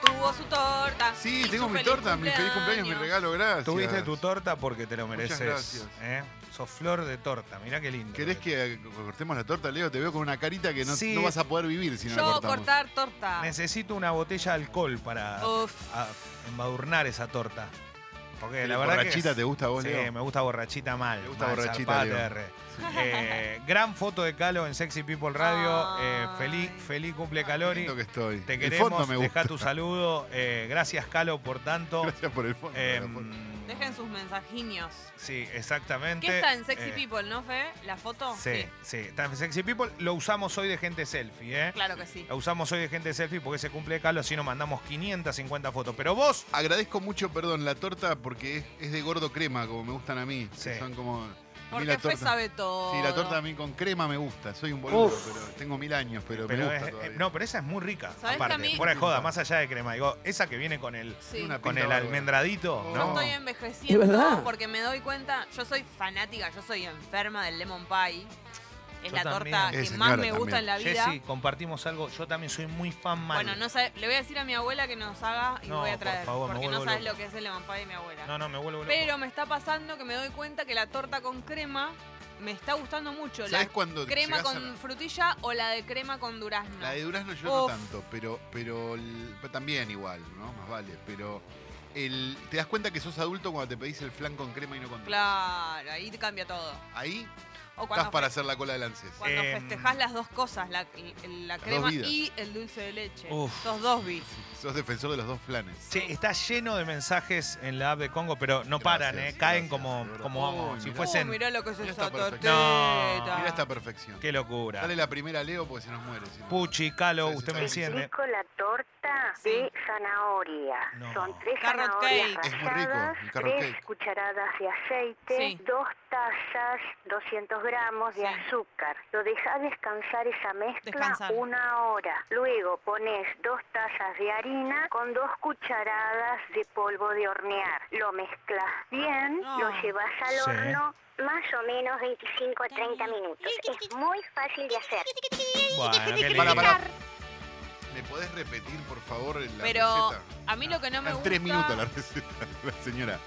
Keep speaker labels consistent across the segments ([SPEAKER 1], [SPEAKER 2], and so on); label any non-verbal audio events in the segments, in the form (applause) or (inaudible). [SPEAKER 1] tuvo su torta.
[SPEAKER 2] Sí,
[SPEAKER 1] y
[SPEAKER 2] tengo
[SPEAKER 1] su
[SPEAKER 2] mi
[SPEAKER 1] feliz
[SPEAKER 2] torta, mi feliz cumpleaños, mi regalo, gracias.
[SPEAKER 3] Tuviste tu torta porque te lo
[SPEAKER 2] Muchas
[SPEAKER 3] mereces.
[SPEAKER 2] gracias.
[SPEAKER 3] ¿eh? Sos flor de torta, mirá qué lindo.
[SPEAKER 2] ¿Querés que cortemos la torta, Leo? Te veo con una carita que no,
[SPEAKER 3] Sí.
[SPEAKER 2] no vas a poder vivir si no la
[SPEAKER 1] Yo
[SPEAKER 2] cortamos.
[SPEAKER 1] cortar torta.
[SPEAKER 3] Necesito una botella de alcohol para
[SPEAKER 1] Uf.
[SPEAKER 3] a- embadurnar esa torta. Porque
[SPEAKER 2] Eh,
[SPEAKER 3] la verdad
[SPEAKER 2] ¿borrachita
[SPEAKER 3] que
[SPEAKER 2] te gusta a vos,
[SPEAKER 3] Sí,
[SPEAKER 2] Leo?
[SPEAKER 3] me gusta borrachita mal.
[SPEAKER 2] Te gusta
[SPEAKER 3] mal,
[SPEAKER 2] borrachita,
[SPEAKER 3] zarpate,
[SPEAKER 2] Leo.
[SPEAKER 3] R. Eh, gran foto de Calo en Sexy People Radio. Eh, feliz,
[SPEAKER 1] Ay.
[SPEAKER 3] feliz cumple
[SPEAKER 2] Qué
[SPEAKER 3] Calori.
[SPEAKER 2] lindo que estoy.
[SPEAKER 3] Te
[SPEAKER 2] el fondo
[SPEAKER 3] queremos,
[SPEAKER 2] me
[SPEAKER 3] deja
[SPEAKER 2] gusta.
[SPEAKER 3] tu saludo. Eh, gracias, Calo, por
[SPEAKER 2] (laughs)
[SPEAKER 3] tanto.
[SPEAKER 2] Gracias por el fondo.
[SPEAKER 3] Em,
[SPEAKER 2] la foto.
[SPEAKER 1] Dejen sus mensajiños.
[SPEAKER 3] sí, exactamente.
[SPEAKER 1] ¿Qué está en Sexy
[SPEAKER 3] Eh,
[SPEAKER 1] People, no, Fe? ¿La foto?
[SPEAKER 3] Sí, sí, está en Sexy People. Lo usamos hoy de gente selfie, ¿eh?
[SPEAKER 1] Claro que sí.
[SPEAKER 3] Lo usamos hoy de gente selfie porque se cumple Calo, así nos mandamos 550 fotos. Pero vos,
[SPEAKER 2] Agradezco mucho, perdón, la torta porque es, es de gordo crema, como me gustan a mí. que
[SPEAKER 3] Sí.
[SPEAKER 2] Son como. a mí
[SPEAKER 1] Porque
[SPEAKER 2] la
[SPEAKER 1] Fe
[SPEAKER 2] torta.
[SPEAKER 1] sabe todo.
[SPEAKER 2] Sí, la torta a mí con crema me gusta. Soy un boludo, pero tengo mil años, pero,
[SPEAKER 3] pero
[SPEAKER 2] me
[SPEAKER 3] es-
[SPEAKER 2] gusta
[SPEAKER 3] eh,
[SPEAKER 2] todavía.
[SPEAKER 3] no, pero esa es muy rica.
[SPEAKER 1] ¿Sabés que
[SPEAKER 3] aparte,
[SPEAKER 1] a mí-
[SPEAKER 3] fuera de joda, más allá de crema. Digo, esa que viene con el,
[SPEAKER 1] Sí.
[SPEAKER 2] Una
[SPEAKER 3] con
[SPEAKER 2] pinta
[SPEAKER 3] el
[SPEAKER 2] bárbara.
[SPEAKER 3] almendradito,
[SPEAKER 2] Oh.
[SPEAKER 1] Yo
[SPEAKER 3] ¿no?
[SPEAKER 1] estoy envejeciendo
[SPEAKER 4] Es verdad.
[SPEAKER 1] porque me doy cuenta, yo soy fanática, yo soy enferma del lemon pie. Es
[SPEAKER 3] Yo
[SPEAKER 1] la
[SPEAKER 3] también.
[SPEAKER 1] torta
[SPEAKER 2] Eh,
[SPEAKER 1] que
[SPEAKER 2] señora,
[SPEAKER 1] más me gusta
[SPEAKER 2] también.
[SPEAKER 1] en la vida.
[SPEAKER 3] Jessy, compartimos algo. Yo también soy muy fan mal.
[SPEAKER 1] Bueno, no sabe- le voy a decir a mi abuela que nos haga y
[SPEAKER 3] No,
[SPEAKER 1] voy a
[SPEAKER 3] por
[SPEAKER 1] traer.
[SPEAKER 3] favor, me
[SPEAKER 1] porque no
[SPEAKER 3] vuelvo
[SPEAKER 1] sabes
[SPEAKER 3] loco.
[SPEAKER 1] lo que es el lemon pie de mi abuela.
[SPEAKER 3] no, no, me vuelvo loco.
[SPEAKER 1] Pero me está pasando que me doy cuenta que la torta con crema me está gustando mucho. La
[SPEAKER 2] ¿Sabes cuando
[SPEAKER 1] crema
[SPEAKER 2] llegás a
[SPEAKER 1] con
[SPEAKER 2] la-
[SPEAKER 1] frutilla o la de crema con durazno.
[SPEAKER 2] La de Durazno yo no
[SPEAKER 1] Uf.
[SPEAKER 2] tanto, pero, pero, el- pero también igual, ¿no? Más vale. Pero el, te das cuenta que sos adulto cuando te pedís el flan con crema y no con
[SPEAKER 1] Claro, ahí te cambia todo.
[SPEAKER 2] Ahí
[SPEAKER 1] O cuando,
[SPEAKER 2] estás para
[SPEAKER 1] fe-
[SPEAKER 2] hacer la cola de lances.
[SPEAKER 1] cuando
[SPEAKER 3] Eh,
[SPEAKER 1] festejás las dos cosas, la, la
[SPEAKER 2] dos
[SPEAKER 1] crema
[SPEAKER 2] vidas.
[SPEAKER 1] y el dulce de leche.
[SPEAKER 3] Uf.
[SPEAKER 1] Estos dos Uh, bis.
[SPEAKER 2] (laughs) Sos defensor de los dos flanes.
[SPEAKER 3] Che, está lleno de mensajes en la app de Congo, pero no
[SPEAKER 2] Gracias,
[SPEAKER 3] paran, ¿eh? Caen
[SPEAKER 2] gracias,
[SPEAKER 3] como,
[SPEAKER 2] de verdad.
[SPEAKER 3] como
[SPEAKER 2] Uy,
[SPEAKER 3] si
[SPEAKER 2] mirá.
[SPEAKER 3] fuesen.
[SPEAKER 1] Uh, mirá lo que es
[SPEAKER 2] Mirá
[SPEAKER 1] esa
[SPEAKER 2] esta perfecta.
[SPEAKER 1] torteta.
[SPEAKER 3] No,
[SPEAKER 2] Mira esta perfección.
[SPEAKER 3] Qué locura.
[SPEAKER 2] Dale la primera a Leo porque se nos muere. si no.
[SPEAKER 3] Puchi, Calo,
[SPEAKER 2] Sí, sí,
[SPEAKER 3] usted
[SPEAKER 2] está
[SPEAKER 3] me
[SPEAKER 2] bien.
[SPEAKER 3] enciende.
[SPEAKER 5] Rico la torta
[SPEAKER 1] Sí.
[SPEAKER 5] de zanahoria.
[SPEAKER 3] No.
[SPEAKER 5] Son tres
[SPEAKER 1] Carrot
[SPEAKER 5] zanahorias
[SPEAKER 2] cake. Es muy rico,
[SPEAKER 5] ralladas,
[SPEAKER 2] el carrot
[SPEAKER 5] tres
[SPEAKER 2] cake.
[SPEAKER 5] cucharadas de aceite,
[SPEAKER 1] Sí.
[SPEAKER 5] dos tazas, 200 gramos de
[SPEAKER 1] Sí.
[SPEAKER 5] azúcar. Lo dejas descansar esa mezcla
[SPEAKER 1] Descansar.
[SPEAKER 5] una hora. Luego pones dos tazas de harina con dos cucharadas de polvo de hornear. Lo mezclas bien,
[SPEAKER 1] No.
[SPEAKER 5] lo llevas al
[SPEAKER 3] Sí.
[SPEAKER 5] horno más o menos 25 a 30 minutos. Es muy fácil de hacer.
[SPEAKER 3] Bueno,
[SPEAKER 2] (laughs)
[SPEAKER 3] qué
[SPEAKER 2] Pará,
[SPEAKER 3] lindo.
[SPEAKER 2] pará. ¿Me podés repetir, por favor, la
[SPEAKER 1] Pero
[SPEAKER 2] receta?
[SPEAKER 1] a mí lo que no me
[SPEAKER 2] Está en
[SPEAKER 1] gusta.
[SPEAKER 2] tres minutos la receta, la señora.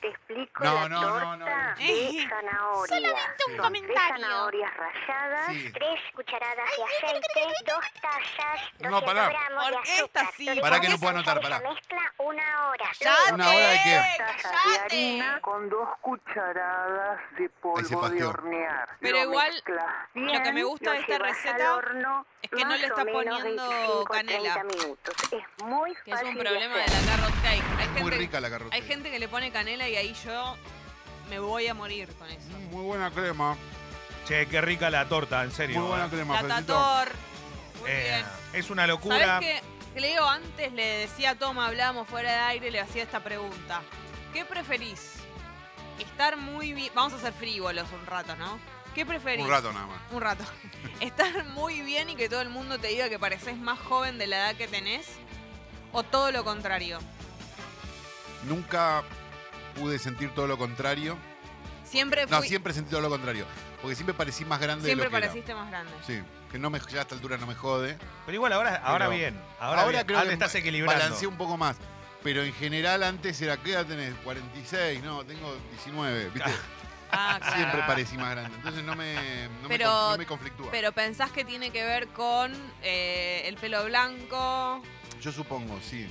[SPEAKER 5] Te explico
[SPEAKER 2] No,
[SPEAKER 5] la
[SPEAKER 2] no, no,
[SPEAKER 5] torta
[SPEAKER 2] no, no.
[SPEAKER 5] de zanahoria. Solamente
[SPEAKER 2] un
[SPEAKER 1] comentario.
[SPEAKER 5] Tres zanahorias ralladas,
[SPEAKER 2] Sí.
[SPEAKER 5] tres cucharadas de aceite, dos tazas,
[SPEAKER 2] No,
[SPEAKER 5] 200
[SPEAKER 2] pará.
[SPEAKER 5] gramos de
[SPEAKER 1] ¿Por qué está
[SPEAKER 5] azúcar.
[SPEAKER 1] así?
[SPEAKER 5] Lo
[SPEAKER 2] Pará que
[SPEAKER 5] dejas
[SPEAKER 2] no puedo
[SPEAKER 5] descansar
[SPEAKER 2] anotar,
[SPEAKER 5] esa
[SPEAKER 2] pará.
[SPEAKER 5] Mezcla una hora.
[SPEAKER 1] ¡Cállate!
[SPEAKER 2] ¿Una hora de qué?
[SPEAKER 5] Tazas de
[SPEAKER 1] ¡Cállate!
[SPEAKER 5] harina con dos cucharadas de
[SPEAKER 2] Ahí se
[SPEAKER 5] polvo de
[SPEAKER 2] pasteó.
[SPEAKER 5] hornear.
[SPEAKER 1] Pero
[SPEAKER 5] Lo
[SPEAKER 1] igual,
[SPEAKER 5] mezclas
[SPEAKER 1] lo que me
[SPEAKER 5] bien,
[SPEAKER 1] gusta
[SPEAKER 5] lo
[SPEAKER 1] de esta
[SPEAKER 5] llevas al
[SPEAKER 1] receta
[SPEAKER 5] horno
[SPEAKER 1] es que no
[SPEAKER 5] más
[SPEAKER 1] le está
[SPEAKER 5] o menos
[SPEAKER 1] poniendo
[SPEAKER 5] 25,
[SPEAKER 1] canela.
[SPEAKER 5] 30 minutos. Es muy
[SPEAKER 1] Que es
[SPEAKER 5] fácil
[SPEAKER 1] un problema
[SPEAKER 5] de
[SPEAKER 1] de
[SPEAKER 5] hacer.
[SPEAKER 1] la carrot cake. Hay gente,
[SPEAKER 2] Muy rica la carrotera.
[SPEAKER 1] hay gente que le pone canela y ahí yo me voy a morir con eso.
[SPEAKER 2] Mm, Muy buena crema.
[SPEAKER 3] Che, qué rica la torta, en serio.
[SPEAKER 2] Muy buena
[SPEAKER 3] ¿eh?
[SPEAKER 2] crema,
[SPEAKER 1] La
[SPEAKER 2] Felicito.
[SPEAKER 1] tator. Muy
[SPEAKER 3] Eh,
[SPEAKER 1] bien.
[SPEAKER 3] Es una locura.
[SPEAKER 1] ¿Sabes qué? Leo antes le decía a Tom, hablábamos fuera de aire, le hacía esta pregunta. ¿Qué preferís? Estar muy bien. Vamos a ser frívolos un rato, ¿no? ¿Qué preferís?
[SPEAKER 2] Un rato nada más.
[SPEAKER 1] Un rato. (laughs) ¿Estar muy bien y que todo el mundo te diga que pareces más joven de la edad que tenés? ¿O todo lo contrario?
[SPEAKER 2] Nunca pude sentir todo lo contrario.
[SPEAKER 1] Siempre fui,
[SPEAKER 2] No, siempre sentí todo lo contrario. Porque siempre parecí más grande
[SPEAKER 1] siempre
[SPEAKER 2] de lo que era.
[SPEAKER 1] pareciste más grande.
[SPEAKER 2] Sí. Que no me, ya a esta altura no me jode.
[SPEAKER 3] Pero igual ahora, ahora
[SPEAKER 2] Pero-
[SPEAKER 3] bien. Ahora, bien.
[SPEAKER 2] creo
[SPEAKER 3] Ahora
[SPEAKER 2] que
[SPEAKER 3] estás
[SPEAKER 2] ba-
[SPEAKER 3] equilibrando.
[SPEAKER 2] balanceé un poco más. Pero en general antes era, ¿qué edad tenés? 46, no, tengo 19.
[SPEAKER 3] (laughs)
[SPEAKER 2] ¿viste?
[SPEAKER 1] Ah, claro.
[SPEAKER 2] (laughs) Siempre parecí más grande. Entonces no me, no me
[SPEAKER 1] Pero-
[SPEAKER 2] conf- no me conflictúa.
[SPEAKER 1] Pero pensás que tiene que ver con eh, el pelo blanco.
[SPEAKER 2] Yo supongo, sí.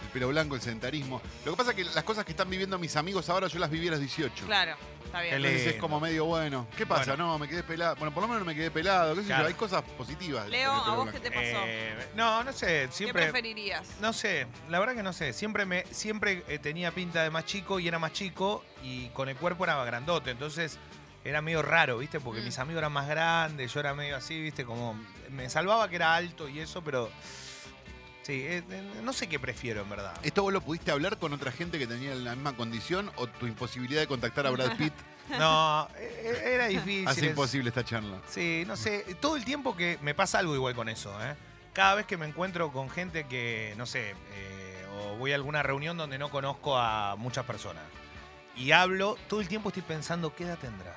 [SPEAKER 2] El pelo blanco, el sedentarismo. Lo que pasa es que las cosas que están viviendo mis amigos ahora yo las viví a los 18.
[SPEAKER 1] Claro, está bien.
[SPEAKER 3] El-
[SPEAKER 2] Entonces es
[SPEAKER 3] Lindo.
[SPEAKER 2] como medio bueno. ¿Qué pasa?
[SPEAKER 3] Bueno.
[SPEAKER 2] No, me quedé pelado. Bueno, por lo menos no me quedé pelado. ¿Qué sé
[SPEAKER 3] Claro.
[SPEAKER 2] yo? Hay cosas positivas. este del
[SPEAKER 1] Leo,
[SPEAKER 2] pelo
[SPEAKER 1] ¿a vos
[SPEAKER 2] blanco.
[SPEAKER 1] qué te pasó?
[SPEAKER 3] Eh, no, no sé.
[SPEAKER 1] ¿Qué
[SPEAKER 3] Siempre.
[SPEAKER 1] preferirías?
[SPEAKER 3] No sé, la verdad que no sé. Siempre me, siempre eh, tenía pinta de más chico y era más chico y con el cuerpo era más grandote. Entonces era medio raro, ¿viste? Porque
[SPEAKER 1] Mm.
[SPEAKER 3] mis amigos eran más grandes, yo era medio así, ¿viste? Como me salvaba que era alto y eso, pero sí, eh, eh, no sé qué prefiero en verdad.
[SPEAKER 2] ¿Esto vos lo pudiste hablar con otra gente que tenía la misma condición o tu imposibilidad de contactar a Brad
[SPEAKER 3] (laughs)
[SPEAKER 2] Pitt
[SPEAKER 3] No, eh, eh, era
[SPEAKER 2] (laughs)
[SPEAKER 3] difícil.
[SPEAKER 2] hace
[SPEAKER 3] es-
[SPEAKER 2] imposible esta charla?
[SPEAKER 3] Sí, no sé, todo el tiempo que me pasa algo igual con eso, ¿eh? Cada vez que me encuentro con gente que, no sé, eh, o voy a alguna reunión donde no conozco a muchas personas y hablo, todo el tiempo estoy pensando qué edad tendrá.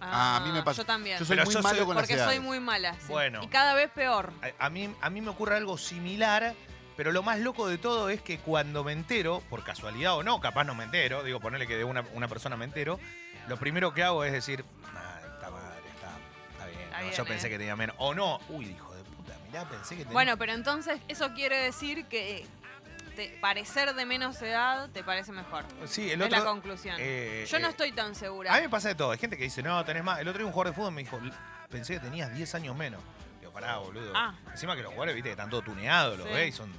[SPEAKER 2] Ah, a mí me pasa.
[SPEAKER 1] Yo también.
[SPEAKER 2] Yo soy
[SPEAKER 3] Pero
[SPEAKER 2] muy
[SPEAKER 3] yo
[SPEAKER 2] malo
[SPEAKER 3] soy-
[SPEAKER 2] con las
[SPEAKER 1] porque soy
[SPEAKER 2] edades.
[SPEAKER 1] muy mala. sí.
[SPEAKER 3] Bueno.
[SPEAKER 1] Y cada vez peor.
[SPEAKER 3] A, a mí, a mí me ocurre algo similar Pero lo más loco de todo es que cuando me entero, por casualidad o no, capaz no me entero, digo, ponerle que de una, una persona me entero, lo primero que hago es decir, ah, esta madre, está, está bien,
[SPEAKER 1] Está
[SPEAKER 3] no,
[SPEAKER 1] bien,
[SPEAKER 3] yo
[SPEAKER 1] eh".
[SPEAKER 3] pensé que tenía menos. O no, uy, hijo de puta, mirá, pensé que tenía.
[SPEAKER 1] Bueno, pero entonces eso quiere decir que te- parecer de menos edad te parece mejor.
[SPEAKER 3] sí, el
[SPEAKER 1] es la
[SPEAKER 3] otro-
[SPEAKER 1] conclusión.
[SPEAKER 3] eh,
[SPEAKER 1] Yo no
[SPEAKER 3] eh,
[SPEAKER 1] estoy tan segura.
[SPEAKER 3] A mí me pasa de todo. Hay gente que dice, no, tenés más. El otro día un jugador de fútbol me dijo, pensé que tenías 10 años menos. Digo, pará, boludo.
[SPEAKER 1] Ah.
[SPEAKER 3] Encima que los jugadores, viste, que están todos tuneados, los
[SPEAKER 1] Sí.
[SPEAKER 3] ves, y son.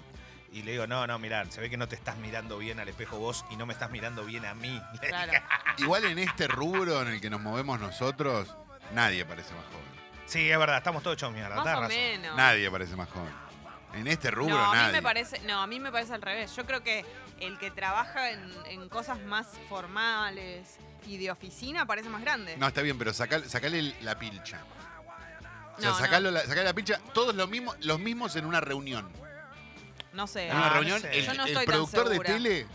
[SPEAKER 3] Y le digo, no, no, mirá, se ve que no te estás mirando bien al espejo vos y no me estás mirando bien a mí.
[SPEAKER 1] Claro.
[SPEAKER 2] Igual en este rubro en el que nos movemos nosotros, nadie parece más joven.
[SPEAKER 3] (laughs) sí, es verdad, estamos todos hechos mierda.
[SPEAKER 1] Más
[SPEAKER 3] tenés
[SPEAKER 1] o
[SPEAKER 3] razón.
[SPEAKER 1] menos.
[SPEAKER 2] Nadie parece más joven. En este rubro,
[SPEAKER 1] no, a mí
[SPEAKER 2] nadie.
[SPEAKER 1] me parece, no, a mí me parece al revés. Yo creo que el que trabaja en, en cosas más formales y de oficina parece más grande.
[SPEAKER 2] No, está bien, pero sacal- sacale el- la pilcha. O sea,
[SPEAKER 1] No, no.
[SPEAKER 2] sacalo la- sacale la pilcha. Todos los mismos, los mismos en una reunión.
[SPEAKER 1] Ah, No sé.
[SPEAKER 2] en una
[SPEAKER 3] no
[SPEAKER 2] Ah, reunión,
[SPEAKER 3] sé.
[SPEAKER 2] el,
[SPEAKER 1] Yo no
[SPEAKER 2] el
[SPEAKER 1] estoy tan
[SPEAKER 2] productor de
[SPEAKER 1] segura.
[SPEAKER 2] tele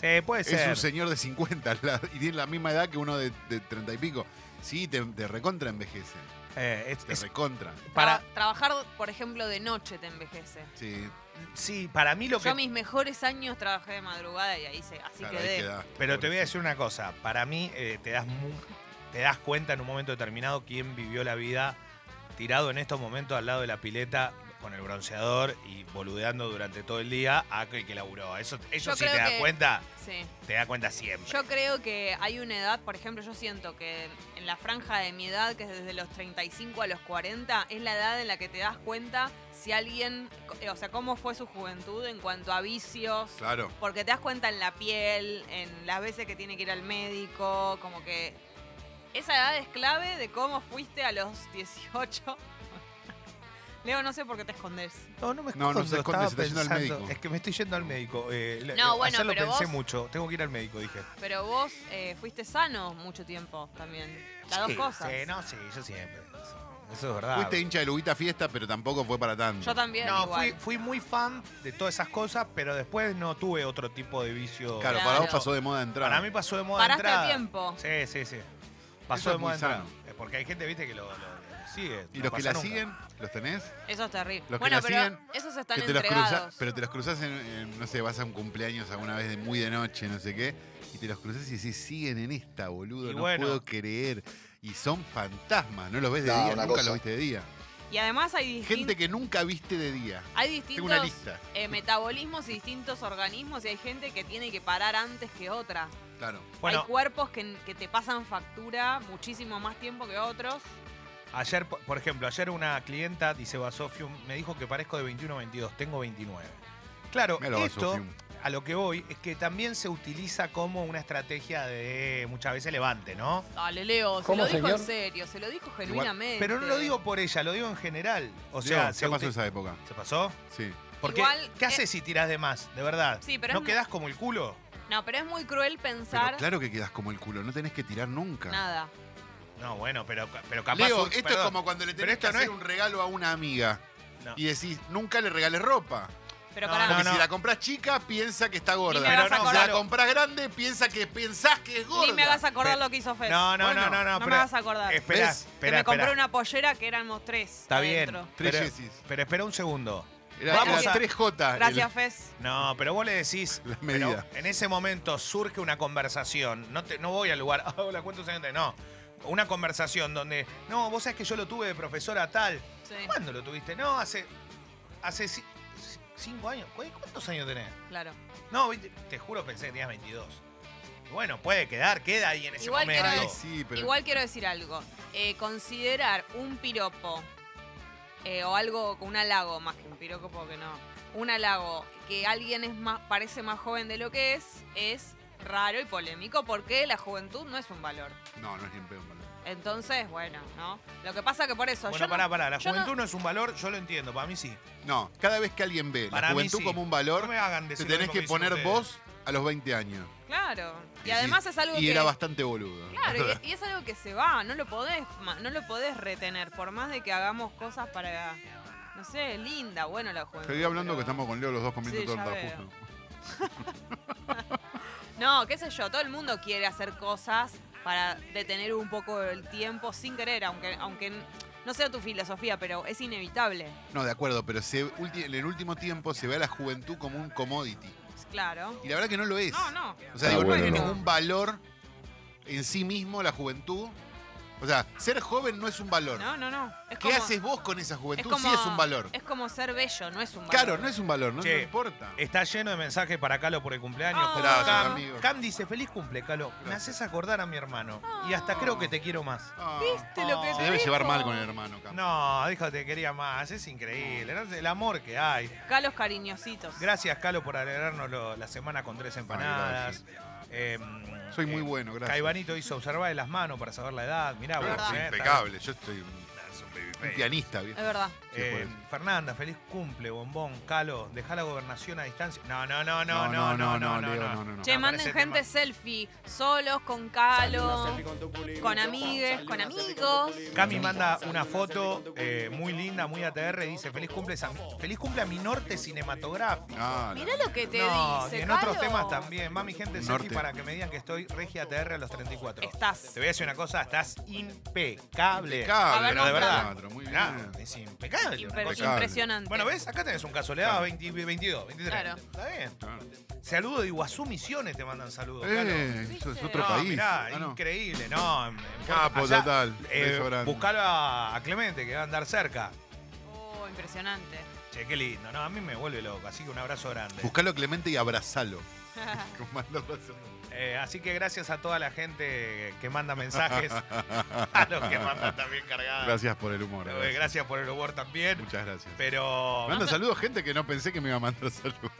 [SPEAKER 3] Sí, puede
[SPEAKER 2] es
[SPEAKER 3] ser.
[SPEAKER 2] un señor de 50 la- y tiene la misma edad que uno de, de 30 y pico. Sí, te, te recontra envejece.
[SPEAKER 3] Eh, es-
[SPEAKER 2] Te
[SPEAKER 3] es-
[SPEAKER 2] recontra.
[SPEAKER 3] para,
[SPEAKER 1] Tra- trabajar, por ejemplo, de noche te envejece.
[SPEAKER 2] Sí,
[SPEAKER 3] sí, para mí lo que.
[SPEAKER 1] Yo mis mejores años trabajé de madrugada y ahí se, así
[SPEAKER 2] claro, ahí
[SPEAKER 1] quedé.
[SPEAKER 2] queda.
[SPEAKER 3] Pero te voy
[SPEAKER 2] Pobrecito.
[SPEAKER 3] a decir una cosa. Para mí, eh, te, das mu- te das cuenta en un momento determinado quién vivió la vida tirado en estos momentos al lado de la pileta con el bronceador y boludeando durante todo el día a aquel que laburó. Eso, eso
[SPEAKER 1] Yo
[SPEAKER 3] sí
[SPEAKER 1] creo
[SPEAKER 3] te das
[SPEAKER 1] que-
[SPEAKER 3] cuenta,
[SPEAKER 1] Sí.
[SPEAKER 3] te das cuenta siempre.
[SPEAKER 1] Yo creo que hay una edad, por ejemplo, yo siento que en la franja de mi edad, que es desde los 35 a los 40, es la edad en la que te das cuenta si alguien, eh, o sea, cómo fue su juventud en cuanto a vicios.
[SPEAKER 2] Claro.
[SPEAKER 1] Porque te das cuenta en la piel, en las veces que tiene que ir al médico, como que esa edad es clave de cómo fuiste a los (laughs) 18. Leo, no sé por qué te escondes.
[SPEAKER 3] No, no me
[SPEAKER 2] No, no se esconde,
[SPEAKER 3] estaba
[SPEAKER 2] se está yendo al
[SPEAKER 3] pensando.
[SPEAKER 2] médico.
[SPEAKER 3] Es que me estoy yendo al médico. eh, le-
[SPEAKER 1] No,
[SPEAKER 3] eh,
[SPEAKER 1] bueno,
[SPEAKER 3] ayer lo
[SPEAKER 1] pero
[SPEAKER 3] pensé
[SPEAKER 1] vos-
[SPEAKER 3] mucho. Tengo que ir al médico, dije.
[SPEAKER 1] Pero vos eh, fuiste sano mucho tiempo también. Las
[SPEAKER 3] Sí,
[SPEAKER 1] dos cosas.
[SPEAKER 3] Sí, no, sí, yo siempre. Eso, eso es verdad.
[SPEAKER 2] Fuiste hincha de Luguita Fiesta, pero tampoco fue para tanto.
[SPEAKER 1] Yo también
[SPEAKER 3] No,
[SPEAKER 1] igual.
[SPEAKER 3] fui, fui muy fan de todas esas cosas, pero después no tuve otro tipo de vicio.
[SPEAKER 2] Claro, para
[SPEAKER 1] Claro.
[SPEAKER 2] vos pasó de moda entrar.
[SPEAKER 3] Para mí pasó de moda
[SPEAKER 1] Paraste
[SPEAKER 3] entrada.
[SPEAKER 1] a tiempo.
[SPEAKER 3] Sí, sí, sí.
[SPEAKER 2] Ah. Eso
[SPEAKER 3] Pasó
[SPEAKER 2] es
[SPEAKER 3] de moda
[SPEAKER 2] muy
[SPEAKER 3] entrada.
[SPEAKER 2] sano.
[SPEAKER 3] Eh, Porque hay gente, viste, que lo, lo- lo sigue.
[SPEAKER 2] ¿Y
[SPEAKER 3] no
[SPEAKER 2] los que
[SPEAKER 3] pasa
[SPEAKER 2] la
[SPEAKER 3] nunca.
[SPEAKER 2] siguen? ¿Los tenés?
[SPEAKER 1] Eso es terrible.
[SPEAKER 2] Los que
[SPEAKER 1] bueno,
[SPEAKER 2] la
[SPEAKER 1] pero
[SPEAKER 2] siguen,
[SPEAKER 1] esos están
[SPEAKER 2] que te los
[SPEAKER 1] entregados.
[SPEAKER 2] cruzas, pero te los cruzas en, en, no sé, vas a un cumpleaños alguna vez de muy de noche, no sé qué, y te los cruzas y decís, siguen en esta, boludo,
[SPEAKER 3] Y
[SPEAKER 2] no
[SPEAKER 3] bueno.
[SPEAKER 2] puedo creer. Y son fantasmas, no los ves de
[SPEAKER 4] No,
[SPEAKER 2] día,
[SPEAKER 4] una
[SPEAKER 2] nunca
[SPEAKER 4] cosa.
[SPEAKER 2] los viste de día.
[SPEAKER 1] Y además hay, distin-
[SPEAKER 2] Gente que nunca viste de día.
[SPEAKER 1] hay
[SPEAKER 2] Tengo una
[SPEAKER 1] distintos
[SPEAKER 2] lista.
[SPEAKER 1] eh, metabolismos y distintos organismos y hay gente que tiene que parar antes que otra.
[SPEAKER 2] Claro.
[SPEAKER 3] Bueno,
[SPEAKER 1] Hay cuerpos que, que te pasan factura muchísimo más tiempo que otros.
[SPEAKER 3] ayer, por- por ejemplo, ayer una clienta, dice Basofium, me dijo que parezco de 21 o 22, tengo 29. Claro,
[SPEAKER 2] Mira lo
[SPEAKER 3] esto,
[SPEAKER 2] Basofium.
[SPEAKER 3] a lo que voy, es que también se utiliza como una estrategia de muchas veces levante, ¿no?
[SPEAKER 1] Dale, Leo, se
[SPEAKER 4] ¿Cómo,
[SPEAKER 1] lo dijo
[SPEAKER 4] señor?
[SPEAKER 1] en serio, se lo dijo genuinamente.
[SPEAKER 3] Pero no lo digo por ella, lo digo en general. O
[SPEAKER 2] Digo,
[SPEAKER 3] sea,
[SPEAKER 2] ya
[SPEAKER 3] se
[SPEAKER 2] pasó
[SPEAKER 3] uti-
[SPEAKER 2] esa época.
[SPEAKER 3] ¿Se pasó?
[SPEAKER 2] Sí.
[SPEAKER 3] Porque,
[SPEAKER 1] Igual,
[SPEAKER 3] ¿qué
[SPEAKER 1] eh,
[SPEAKER 3] haces si tirás de más? De verdad.
[SPEAKER 1] Sí, pero
[SPEAKER 3] ¿No
[SPEAKER 1] es-
[SPEAKER 3] quedás como el culo?
[SPEAKER 1] No, pero es muy cruel
[SPEAKER 2] Pero
[SPEAKER 1] pensar
[SPEAKER 2] claro que quedas como el culo, no tenés que tirar nunca.
[SPEAKER 1] nada.
[SPEAKER 3] No, bueno, pero, pero capaz.
[SPEAKER 2] Leo,
[SPEAKER 3] un-
[SPEAKER 2] esto es
[SPEAKER 3] perdón.
[SPEAKER 2] como cuando le
[SPEAKER 3] Pero
[SPEAKER 2] tenés
[SPEAKER 3] esto
[SPEAKER 2] que
[SPEAKER 3] no
[SPEAKER 2] hacer
[SPEAKER 3] es-
[SPEAKER 2] un regalo a una amiga
[SPEAKER 3] No.
[SPEAKER 2] y decís, nunca le regales ropa.
[SPEAKER 1] Pero
[SPEAKER 3] No,
[SPEAKER 1] pará,
[SPEAKER 2] Porque
[SPEAKER 3] no,
[SPEAKER 2] si la compras chica, piensa que está gorda.
[SPEAKER 1] Ni me hagas
[SPEAKER 2] Pero no, si
[SPEAKER 3] acordar.
[SPEAKER 2] la compras grande, piensa que pensás que es gorda.
[SPEAKER 1] ni me hagas acordar
[SPEAKER 3] Pero-
[SPEAKER 1] lo que hizo Fez.
[SPEAKER 3] No, no,
[SPEAKER 2] Bueno,
[SPEAKER 3] no, no, no.
[SPEAKER 1] no me
[SPEAKER 3] pero,
[SPEAKER 1] hagas acordar.
[SPEAKER 3] Espera,
[SPEAKER 2] ¿Ves?
[SPEAKER 1] que
[SPEAKER 3] espera,
[SPEAKER 1] me compré
[SPEAKER 3] espera.
[SPEAKER 1] una pollera que éramos tres.
[SPEAKER 3] Está
[SPEAKER 1] adentro.
[SPEAKER 3] bien.
[SPEAKER 2] Tres
[SPEAKER 3] Pero,
[SPEAKER 2] Jessys.
[SPEAKER 3] pero espera un segundo.
[SPEAKER 2] Era,
[SPEAKER 1] Vamos
[SPEAKER 2] era
[SPEAKER 1] a-
[SPEAKER 3] Ah,
[SPEAKER 2] 3J. el-
[SPEAKER 1] Gracias, Fez.
[SPEAKER 3] No, pero vos le decís.
[SPEAKER 2] (laughs) La
[SPEAKER 3] pero
[SPEAKER 2] medida.
[SPEAKER 3] en ese momento surge una conversación. No, te, no voy al lugar. (laughs) "Ah, hola, ¿cuántos años tenés?". No. Una conversación donde. No, vos sabés que yo lo tuve de profesora tal.
[SPEAKER 1] Sí,
[SPEAKER 3] ¿Cuándo lo tuviste? No, hace. Hace ci- ci- cinco años. ¿Cu- ¿Cuántos años tenés?
[SPEAKER 1] claro.
[SPEAKER 3] No, 20 te juro, pensé que tenías 22. Bueno, puede quedar, queda ahí en ese
[SPEAKER 1] Igual
[SPEAKER 3] momento.
[SPEAKER 1] quiero
[SPEAKER 2] Ay, sí, pero
[SPEAKER 1] Igual quiero decir algo. Eh, considerar un piropo eh, o algo, un halago, más que un piropo porque no. Un halago que alguien es más, parece más joven de lo que es, es raro y polémico porque la juventud no es un valor.
[SPEAKER 2] No, no es ni en pedo, en verdad.
[SPEAKER 1] Entonces, bueno, ¿no? Lo que pasa que por eso.
[SPEAKER 3] Bueno,
[SPEAKER 1] yo no-
[SPEAKER 3] pará, pará. La
[SPEAKER 1] yo no-
[SPEAKER 3] juventud no... es un valor, yo lo entiendo, para mí sí.
[SPEAKER 2] No, cada vez que alguien ve la
[SPEAKER 3] Para mí
[SPEAKER 2] juventud
[SPEAKER 3] sí.
[SPEAKER 2] como un
[SPEAKER 3] No
[SPEAKER 2] valor,
[SPEAKER 3] me hagan
[SPEAKER 2] te
[SPEAKER 3] decir. lo
[SPEAKER 2] tenés
[SPEAKER 3] mismo
[SPEAKER 2] que
[SPEAKER 3] dicen
[SPEAKER 2] poner
[SPEAKER 3] ustedes.
[SPEAKER 2] vos a los 20 años.
[SPEAKER 1] Claro. Y
[SPEAKER 2] decís,
[SPEAKER 1] además es algo
[SPEAKER 2] y
[SPEAKER 1] que.
[SPEAKER 2] era bastante boludo. (laughs)
[SPEAKER 1] Claro,
[SPEAKER 3] (laughs)
[SPEAKER 1] y- y, es algo que se va, no lo podés, ma- no lo podés retener, por más de que hagamos cosas para, no sé, linda, bueno la juventud.
[SPEAKER 2] Seguí hablando
[SPEAKER 1] pero-
[SPEAKER 2] que estamos con Leo los dos comiendo
[SPEAKER 1] Sí, ya
[SPEAKER 2] torta
[SPEAKER 1] veo.
[SPEAKER 2] justo.
[SPEAKER 1] No, qué sé yo, todo el mundo quiere hacer cosas para detener un poco el tiempo sin querer, aunque, aunque No sé tu filosofía, pero es inevitable.
[SPEAKER 2] No, de acuerdo, pero se, ulti- en el último tiempo se ve a la juventud como un commodity.
[SPEAKER 1] Claro.
[SPEAKER 2] Y la verdad que no lo es.
[SPEAKER 1] No, no.
[SPEAKER 2] O sea,
[SPEAKER 4] Ah,
[SPEAKER 2] digo,
[SPEAKER 4] bueno,
[SPEAKER 2] no tiene
[SPEAKER 4] no.
[SPEAKER 2] ningún valor en sí mismo la juventud. O sea, ser joven no es un valor.
[SPEAKER 1] No, no, no. Es
[SPEAKER 2] ¿Qué
[SPEAKER 1] como-
[SPEAKER 2] haces vos con esa juventud?
[SPEAKER 1] como-
[SPEAKER 2] sí es un valor.
[SPEAKER 1] Es como ser bello, no es un valor.
[SPEAKER 2] Claro, no es un valor, no,
[SPEAKER 3] Che,
[SPEAKER 2] no importa.
[SPEAKER 3] Está lleno de mensajes para Calo por el cumpleaños.
[SPEAKER 1] Ah.
[SPEAKER 3] Como
[SPEAKER 1] Gracias,
[SPEAKER 3] Cam,
[SPEAKER 2] amigo.
[SPEAKER 3] Cam dice, feliz cumple, Calo. Me haces acordar a mi hermano. Y hasta creo que te quiero más.
[SPEAKER 2] Ah,
[SPEAKER 1] ¿Viste lo que
[SPEAKER 3] Se
[SPEAKER 2] se
[SPEAKER 1] te
[SPEAKER 2] debe llevar
[SPEAKER 1] dijo?
[SPEAKER 2] mal con el hermano, Cam.
[SPEAKER 3] No, dijo, te quería más. Es increíble. ¿no? El amor que hay.
[SPEAKER 1] Calos cariñositos.
[SPEAKER 3] Gracias, Calo, por alegrarnos lo- la semana con tres empanadas. Eh,
[SPEAKER 2] Soy muy
[SPEAKER 3] eh,
[SPEAKER 2] bueno, gracias.
[SPEAKER 3] Caibanito hizo observar de las manos para saber la edad. Mirá,
[SPEAKER 2] Pero
[SPEAKER 3] vos,
[SPEAKER 1] verdad.
[SPEAKER 2] es
[SPEAKER 3] eh,
[SPEAKER 2] impecable. Yo estoy un,
[SPEAKER 3] está-
[SPEAKER 2] un pianista, viejo.
[SPEAKER 1] Es verdad.
[SPEAKER 2] Sí, pues.
[SPEAKER 3] Eh,
[SPEAKER 2] por eso.
[SPEAKER 3] Fernanda, feliz cumple, bombón, Calo, deja la gobernación a distancia. No, no, no, no,
[SPEAKER 2] No,
[SPEAKER 3] no, no, no, no,
[SPEAKER 2] Leo,
[SPEAKER 3] no.
[SPEAKER 2] no, no, no.
[SPEAKER 1] Che,
[SPEAKER 3] Me
[SPEAKER 1] manden
[SPEAKER 3] parece
[SPEAKER 1] gente
[SPEAKER 3] tema.
[SPEAKER 1] selfie, solos, con calo, con amigues, con amigos.
[SPEAKER 3] Cami manda una foto eh, muy linda, muy ATR, dice feliz cumple, a mi, feliz cumple a mi norte cinematográfico.
[SPEAKER 2] Ah, la-
[SPEAKER 1] Mirá lo que te
[SPEAKER 3] no,
[SPEAKER 1] dice,
[SPEAKER 3] y en
[SPEAKER 1] Calo.
[SPEAKER 3] otros temas también. Mami, gente, selfie
[SPEAKER 2] Norte.
[SPEAKER 3] para que me digan que estoy regia ATR a los 34.
[SPEAKER 1] Estás.
[SPEAKER 3] Te voy a decir una cosa, estás impecable.
[SPEAKER 2] impecable,
[SPEAKER 1] A ver,
[SPEAKER 2] pero de
[SPEAKER 1] mostrame.
[SPEAKER 2] verdad. Muy bien.
[SPEAKER 3] Mirá, es impecable. una
[SPEAKER 1] Imper-
[SPEAKER 3] cosa.
[SPEAKER 2] Impecable.
[SPEAKER 1] impresionante.
[SPEAKER 3] Bueno, ¿ves? Acá tenés un caso, le daba 20 22, 23.
[SPEAKER 1] Claro.
[SPEAKER 3] Está bien.
[SPEAKER 2] Claro.
[SPEAKER 3] Saludo de Iguazú Misiones te mandan saludos. Calo.
[SPEAKER 2] Eh, eso es
[SPEAKER 1] ¿Viste?
[SPEAKER 2] otro
[SPEAKER 3] No,
[SPEAKER 2] país.
[SPEAKER 3] mirá,
[SPEAKER 2] Ah, no.
[SPEAKER 3] increíble, no. en- en-
[SPEAKER 2] Capo
[SPEAKER 3] allá,
[SPEAKER 2] total, beso
[SPEAKER 3] Eh,
[SPEAKER 2] grande.
[SPEAKER 3] buscalo a, a Clemente, que va a andar cerca.
[SPEAKER 1] Oh, impresionante.
[SPEAKER 3] Che, qué lindo. No, a mí me vuelve loco, así que un abrazo grande.
[SPEAKER 2] Buscalo a Clemente
[SPEAKER 1] (laughs)
[SPEAKER 2] y abrazalo. Con más no pasa nada.
[SPEAKER 3] Eh, así que gracias a toda la gente que manda
[SPEAKER 2] (laughs)
[SPEAKER 3] mensajes, a los que mandan también cargadas.
[SPEAKER 2] Gracias por el humor.
[SPEAKER 3] Eh,
[SPEAKER 2] gracias.
[SPEAKER 3] gracias por el humor también.
[SPEAKER 2] Muchas gracias.
[SPEAKER 3] Pero.
[SPEAKER 2] Manda saludos gente que no pensé que me iba a mandar saludos.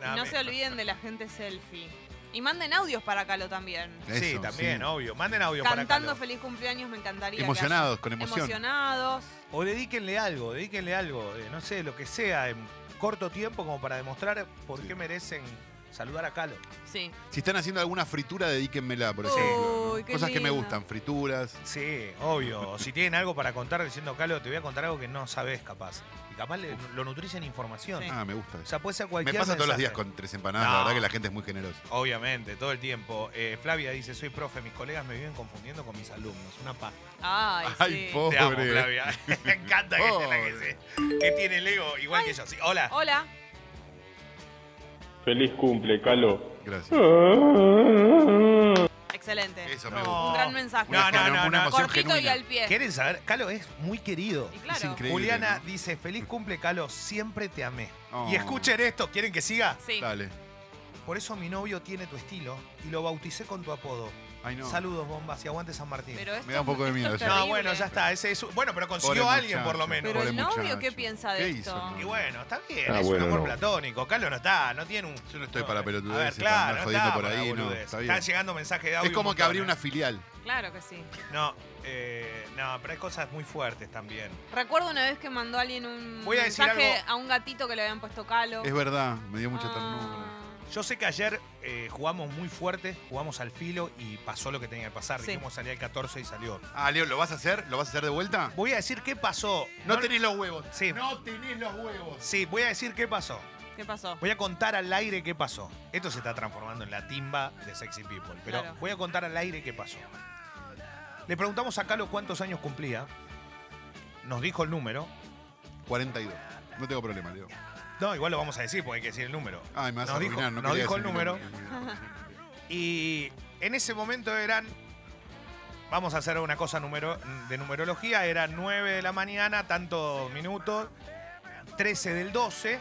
[SPEAKER 3] nada,
[SPEAKER 1] no
[SPEAKER 3] me-
[SPEAKER 1] se olviden de la gente selfie. Y manden audios para Calo también.
[SPEAKER 3] Sí,
[SPEAKER 2] Eso,
[SPEAKER 3] también,
[SPEAKER 2] sí.
[SPEAKER 3] obvio. Manden audio para
[SPEAKER 1] Cantando
[SPEAKER 3] Calo.
[SPEAKER 1] feliz cumpleaños me encantaría. que
[SPEAKER 2] Emocionados,
[SPEAKER 1] haya.
[SPEAKER 2] con emoción.
[SPEAKER 1] Emocionados.
[SPEAKER 3] O dedíquenle algo, dedíquenle algo, eh, no sé, lo que sea, en corto tiempo, como para demostrar por
[SPEAKER 2] Sí.
[SPEAKER 3] qué merecen saludar a Calo.
[SPEAKER 1] Sí.
[SPEAKER 2] Si están haciendo alguna fritura, dedíquenmela, por
[SPEAKER 1] Uy,
[SPEAKER 2] ejemplo. ¿no?
[SPEAKER 1] qué
[SPEAKER 2] Cosas que me
[SPEAKER 1] lindo.
[SPEAKER 2] gustan, frituras.
[SPEAKER 3] Sí, obvio. O si tienen algo para contar diciendo, Calo, te voy a contar algo que no sabes capaz. Y capaz le- lo nutrís en información.
[SPEAKER 1] Sí.
[SPEAKER 2] Ah, me gusta.
[SPEAKER 3] O sea, puede ser
[SPEAKER 2] Me
[SPEAKER 3] cualquier
[SPEAKER 2] pasa todos los días
[SPEAKER 3] mensaje.
[SPEAKER 2] con tres empanadas,
[SPEAKER 3] No.
[SPEAKER 2] la verdad que la gente es muy generosa.
[SPEAKER 3] Obviamente, todo el tiempo. Eh, Flavia dice, soy profe, mis colegas me viven confundiendo con mis alumnos. Una paja.
[SPEAKER 1] Ay,
[SPEAKER 2] Ay,
[SPEAKER 1] sí.
[SPEAKER 2] pobre.
[SPEAKER 3] Te amo, Flavia. (laughs) me encanta que, esté la que,
[SPEAKER 2] Pobre.
[SPEAKER 3] se- que tiene el ego igual que yo. Sí, hola.
[SPEAKER 1] Hola.
[SPEAKER 4] Feliz cumple, Calo.
[SPEAKER 2] Gracias.
[SPEAKER 1] Excelente.
[SPEAKER 2] Eso me
[SPEAKER 3] No.
[SPEAKER 2] gusta.
[SPEAKER 1] Un gran mensaje.
[SPEAKER 3] No, no, no,
[SPEAKER 2] una
[SPEAKER 3] no.
[SPEAKER 2] emoción
[SPEAKER 1] Cortito y
[SPEAKER 2] genuina.
[SPEAKER 1] al pie.
[SPEAKER 3] ¿Quieren saber? Calo es muy querido.
[SPEAKER 1] Y
[SPEAKER 2] Es
[SPEAKER 1] claro.
[SPEAKER 2] increíble.
[SPEAKER 3] Juliana
[SPEAKER 2] ¿no?
[SPEAKER 3] dice, feliz cumple, Calo, siempre te amé.
[SPEAKER 2] Oh.
[SPEAKER 3] Y escuchen esto, ¿quieren que siga?
[SPEAKER 1] Sí.
[SPEAKER 2] Dale.
[SPEAKER 3] Por eso mi novio tiene tu estilo y lo bauticé con tu apodo.
[SPEAKER 2] Ay, no.
[SPEAKER 3] Saludos, bombas, y aguante San Martín.
[SPEAKER 1] Pero esto
[SPEAKER 2] Me da un poco de
[SPEAKER 1] esto
[SPEAKER 2] miedo,
[SPEAKER 1] es
[SPEAKER 2] ya.
[SPEAKER 3] no,
[SPEAKER 1] terrible.
[SPEAKER 3] bueno, ya está. Ese es, bueno, pero consiguió
[SPEAKER 2] Pobre
[SPEAKER 3] a alguien, por
[SPEAKER 2] muchacho,
[SPEAKER 3] lo menos.
[SPEAKER 1] Pero
[SPEAKER 2] pobre
[SPEAKER 1] el novio,
[SPEAKER 2] muchacho.
[SPEAKER 1] ¿qué piensa de
[SPEAKER 2] ¿Qué
[SPEAKER 1] esto?
[SPEAKER 2] hizo, no?
[SPEAKER 3] Y bueno, está bien,
[SPEAKER 4] Ah,
[SPEAKER 3] es
[SPEAKER 4] bueno,
[SPEAKER 3] un amor
[SPEAKER 4] no.
[SPEAKER 3] platónico. Carlos no está, no tiene un.
[SPEAKER 2] Yo no estoy para pelotudeces,
[SPEAKER 3] A ver,
[SPEAKER 2] para andar
[SPEAKER 3] claro, no
[SPEAKER 2] jodiendo
[SPEAKER 3] está
[SPEAKER 2] por
[SPEAKER 3] para
[SPEAKER 2] ahí, no,
[SPEAKER 3] boludeces.
[SPEAKER 2] está bien.
[SPEAKER 3] Están llegando mensajes de audio.
[SPEAKER 2] Es como
[SPEAKER 3] un
[SPEAKER 2] que abrí
[SPEAKER 3] montón,
[SPEAKER 2] una filial.
[SPEAKER 1] Claro que sí.
[SPEAKER 3] ¿eh? No, eh, no, pero hay cosas muy fuertes también.
[SPEAKER 1] Recuerdo una vez que mandó alguien un
[SPEAKER 3] Voy a decir
[SPEAKER 1] mensaje
[SPEAKER 3] algo.
[SPEAKER 1] a un gatito que le habían puesto calo.
[SPEAKER 2] Es verdad, me dio mucha
[SPEAKER 1] Ah.
[SPEAKER 2] ternura.
[SPEAKER 3] Yo sé que ayer eh, jugamos muy fuerte, jugamos al filo y pasó lo que tenía que pasar.
[SPEAKER 1] Sí.
[SPEAKER 3] Dijimos salir al 14 y salió.
[SPEAKER 2] Ah, Leo, ¿lo vas a hacer? ¿Lo vas a hacer de vuelta?
[SPEAKER 3] Voy a decir qué pasó.
[SPEAKER 2] No tenés los huevos.
[SPEAKER 3] Sí.
[SPEAKER 2] No tenés los huevos.
[SPEAKER 3] Sí, voy a decir qué pasó.
[SPEAKER 1] ¿Qué pasó?
[SPEAKER 3] Voy a contar al aire qué pasó. Esto se está transformando en la timba de Sexy People, pero
[SPEAKER 1] Claro.
[SPEAKER 3] voy a contar al aire qué pasó. Le preguntamos a Calo cuántos años cumplía. Nos dijo el número.
[SPEAKER 2] 42. No tengo problema, Leo.
[SPEAKER 3] No, igual lo vamos a decir porque hay que decir el número.
[SPEAKER 2] Ay, me vas a
[SPEAKER 3] Nos dijo-
[SPEAKER 2] arruinar, no
[SPEAKER 3] nos
[SPEAKER 2] quería
[SPEAKER 3] dijo el
[SPEAKER 2] decir mi
[SPEAKER 3] número.
[SPEAKER 2] nombre.
[SPEAKER 3] (laughs) Y en ese momento eran. Vamos a hacer una cosa numero- de numerología. Era 9 de la mañana, tantos minutos. 13 del 12.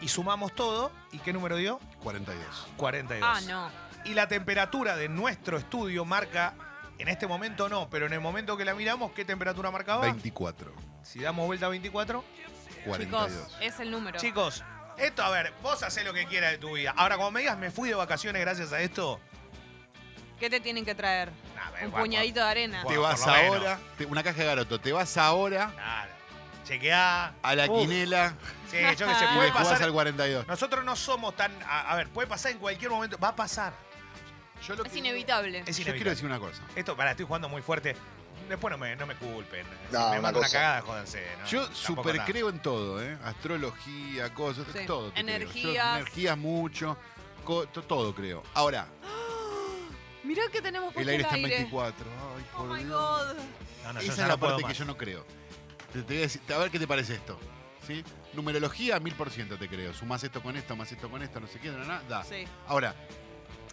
[SPEAKER 3] Y sumamos todo. ¿Y qué número dio?
[SPEAKER 2] 42.
[SPEAKER 3] 42.
[SPEAKER 1] Ah, no.
[SPEAKER 3] Y la temperatura de nuestro estudio marca. En este momento no, pero en el momento que la miramos, ¿qué temperatura marcaba?
[SPEAKER 2] 24.
[SPEAKER 3] Si damos vuelta a 24.
[SPEAKER 2] 42.
[SPEAKER 1] Chicos, eh, es el número.
[SPEAKER 3] Chicos, esto, a ver, vos hacés lo que quieras de tu vida. Ahora, cuando me digas, me fui de vacaciones gracias a esto.
[SPEAKER 1] ¿Qué te tienen que traer?
[SPEAKER 3] nah, me-
[SPEAKER 1] Un
[SPEAKER 3] guapo.
[SPEAKER 1] puñadito de arena.
[SPEAKER 2] te
[SPEAKER 3] Bueno,
[SPEAKER 2] vas
[SPEAKER 3] por lo menos.
[SPEAKER 2] ahora. te- una caja de garoto. Te vas ahora
[SPEAKER 3] Claro. Chequeá.
[SPEAKER 2] a la
[SPEAKER 3] Uf.
[SPEAKER 2] quinela
[SPEAKER 3] Sí, yo que sé,
[SPEAKER 2] y
[SPEAKER 3] puede
[SPEAKER 2] le jugás
[SPEAKER 3] pasar.
[SPEAKER 2] al 42.
[SPEAKER 3] Nosotros no somos tan. A, a ver, puede pasar en cualquier momento. Va a pasar.
[SPEAKER 2] Yo lo
[SPEAKER 1] Es
[SPEAKER 2] que-
[SPEAKER 1] inevitable.
[SPEAKER 3] Es
[SPEAKER 2] Yo
[SPEAKER 3] inevitable.
[SPEAKER 2] quiero decir una cosa.
[SPEAKER 3] Esto, para, estoy jugando muy fuerte. Después no me, no me culpen. Si
[SPEAKER 4] No,
[SPEAKER 3] me
[SPEAKER 4] una
[SPEAKER 3] mando una
[SPEAKER 4] cosa.
[SPEAKER 3] cagada, jódanse. ¿no?
[SPEAKER 2] Yo
[SPEAKER 3] Tampoco
[SPEAKER 2] super
[SPEAKER 3] tanto.
[SPEAKER 2] creo en todo, ¿eh? Astrología, cosas,
[SPEAKER 1] Sí.
[SPEAKER 2] todo. te creo. Yo
[SPEAKER 1] Energías.
[SPEAKER 2] energías mucho, co- to- todo creo. Ahora,
[SPEAKER 1] Ah, Mirá que tenemos puesto
[SPEAKER 2] el aire está en 24. Ay,
[SPEAKER 1] Oh
[SPEAKER 2] por
[SPEAKER 1] my
[SPEAKER 2] Dios.
[SPEAKER 1] god.
[SPEAKER 3] No, no, yo
[SPEAKER 2] Esa
[SPEAKER 3] ya
[SPEAKER 2] es
[SPEAKER 3] no
[SPEAKER 2] la
[SPEAKER 3] puedo
[SPEAKER 2] parte que
[SPEAKER 3] más.
[SPEAKER 2] yo no creo. Te, te voy a decir, a ver qué te parece esto. ¿Sí? Numerología, mil por ciento te creo. Sumás esto con esto, más esto con esto, no sé qué, no, no, da.
[SPEAKER 1] Sí.
[SPEAKER 2] Ahora,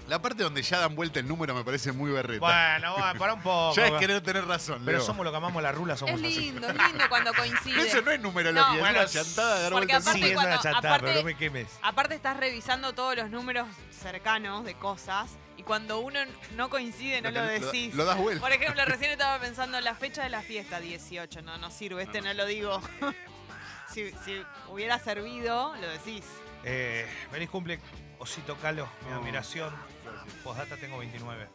[SPEAKER 2] la parte donde ya dan vuelta el número me parece muy berreta.
[SPEAKER 3] Bueno, va, para un poco.
[SPEAKER 2] ya es
[SPEAKER 3] va.
[SPEAKER 2] querer tener razón,
[SPEAKER 3] Pero
[SPEAKER 2] Leo.
[SPEAKER 3] somos los que amamos la rula, somos
[SPEAKER 1] Es
[SPEAKER 3] así.
[SPEAKER 1] lindo, es lindo cuando coincide.
[SPEAKER 2] Eso no es numerología,
[SPEAKER 1] No.
[SPEAKER 2] es
[SPEAKER 3] Bueno,
[SPEAKER 2] una chantada de dar
[SPEAKER 1] porque
[SPEAKER 2] vuelta el
[SPEAKER 1] aparte
[SPEAKER 3] Sí, es
[SPEAKER 2] número.
[SPEAKER 3] una
[SPEAKER 1] cuando-
[SPEAKER 3] chatada,
[SPEAKER 1] aparte-
[SPEAKER 3] pero no me quemes.
[SPEAKER 1] Aparte estás revisando todos los números cercanos de cosas y cuando uno no coincide no lo
[SPEAKER 2] tenés-
[SPEAKER 1] decís.
[SPEAKER 2] Lo, das vuelta.
[SPEAKER 1] Por ejemplo, recién estaba pensando la fecha de la fiesta, 18. No, no sirve, este no lo digo. (laughs) si, si hubiera servido, lo decís.
[SPEAKER 3] Eh, feliz cumple, Osito Calo, mi
[SPEAKER 2] No.
[SPEAKER 3] admiración.
[SPEAKER 2] Gracias.
[SPEAKER 3] Postdata tengo 29.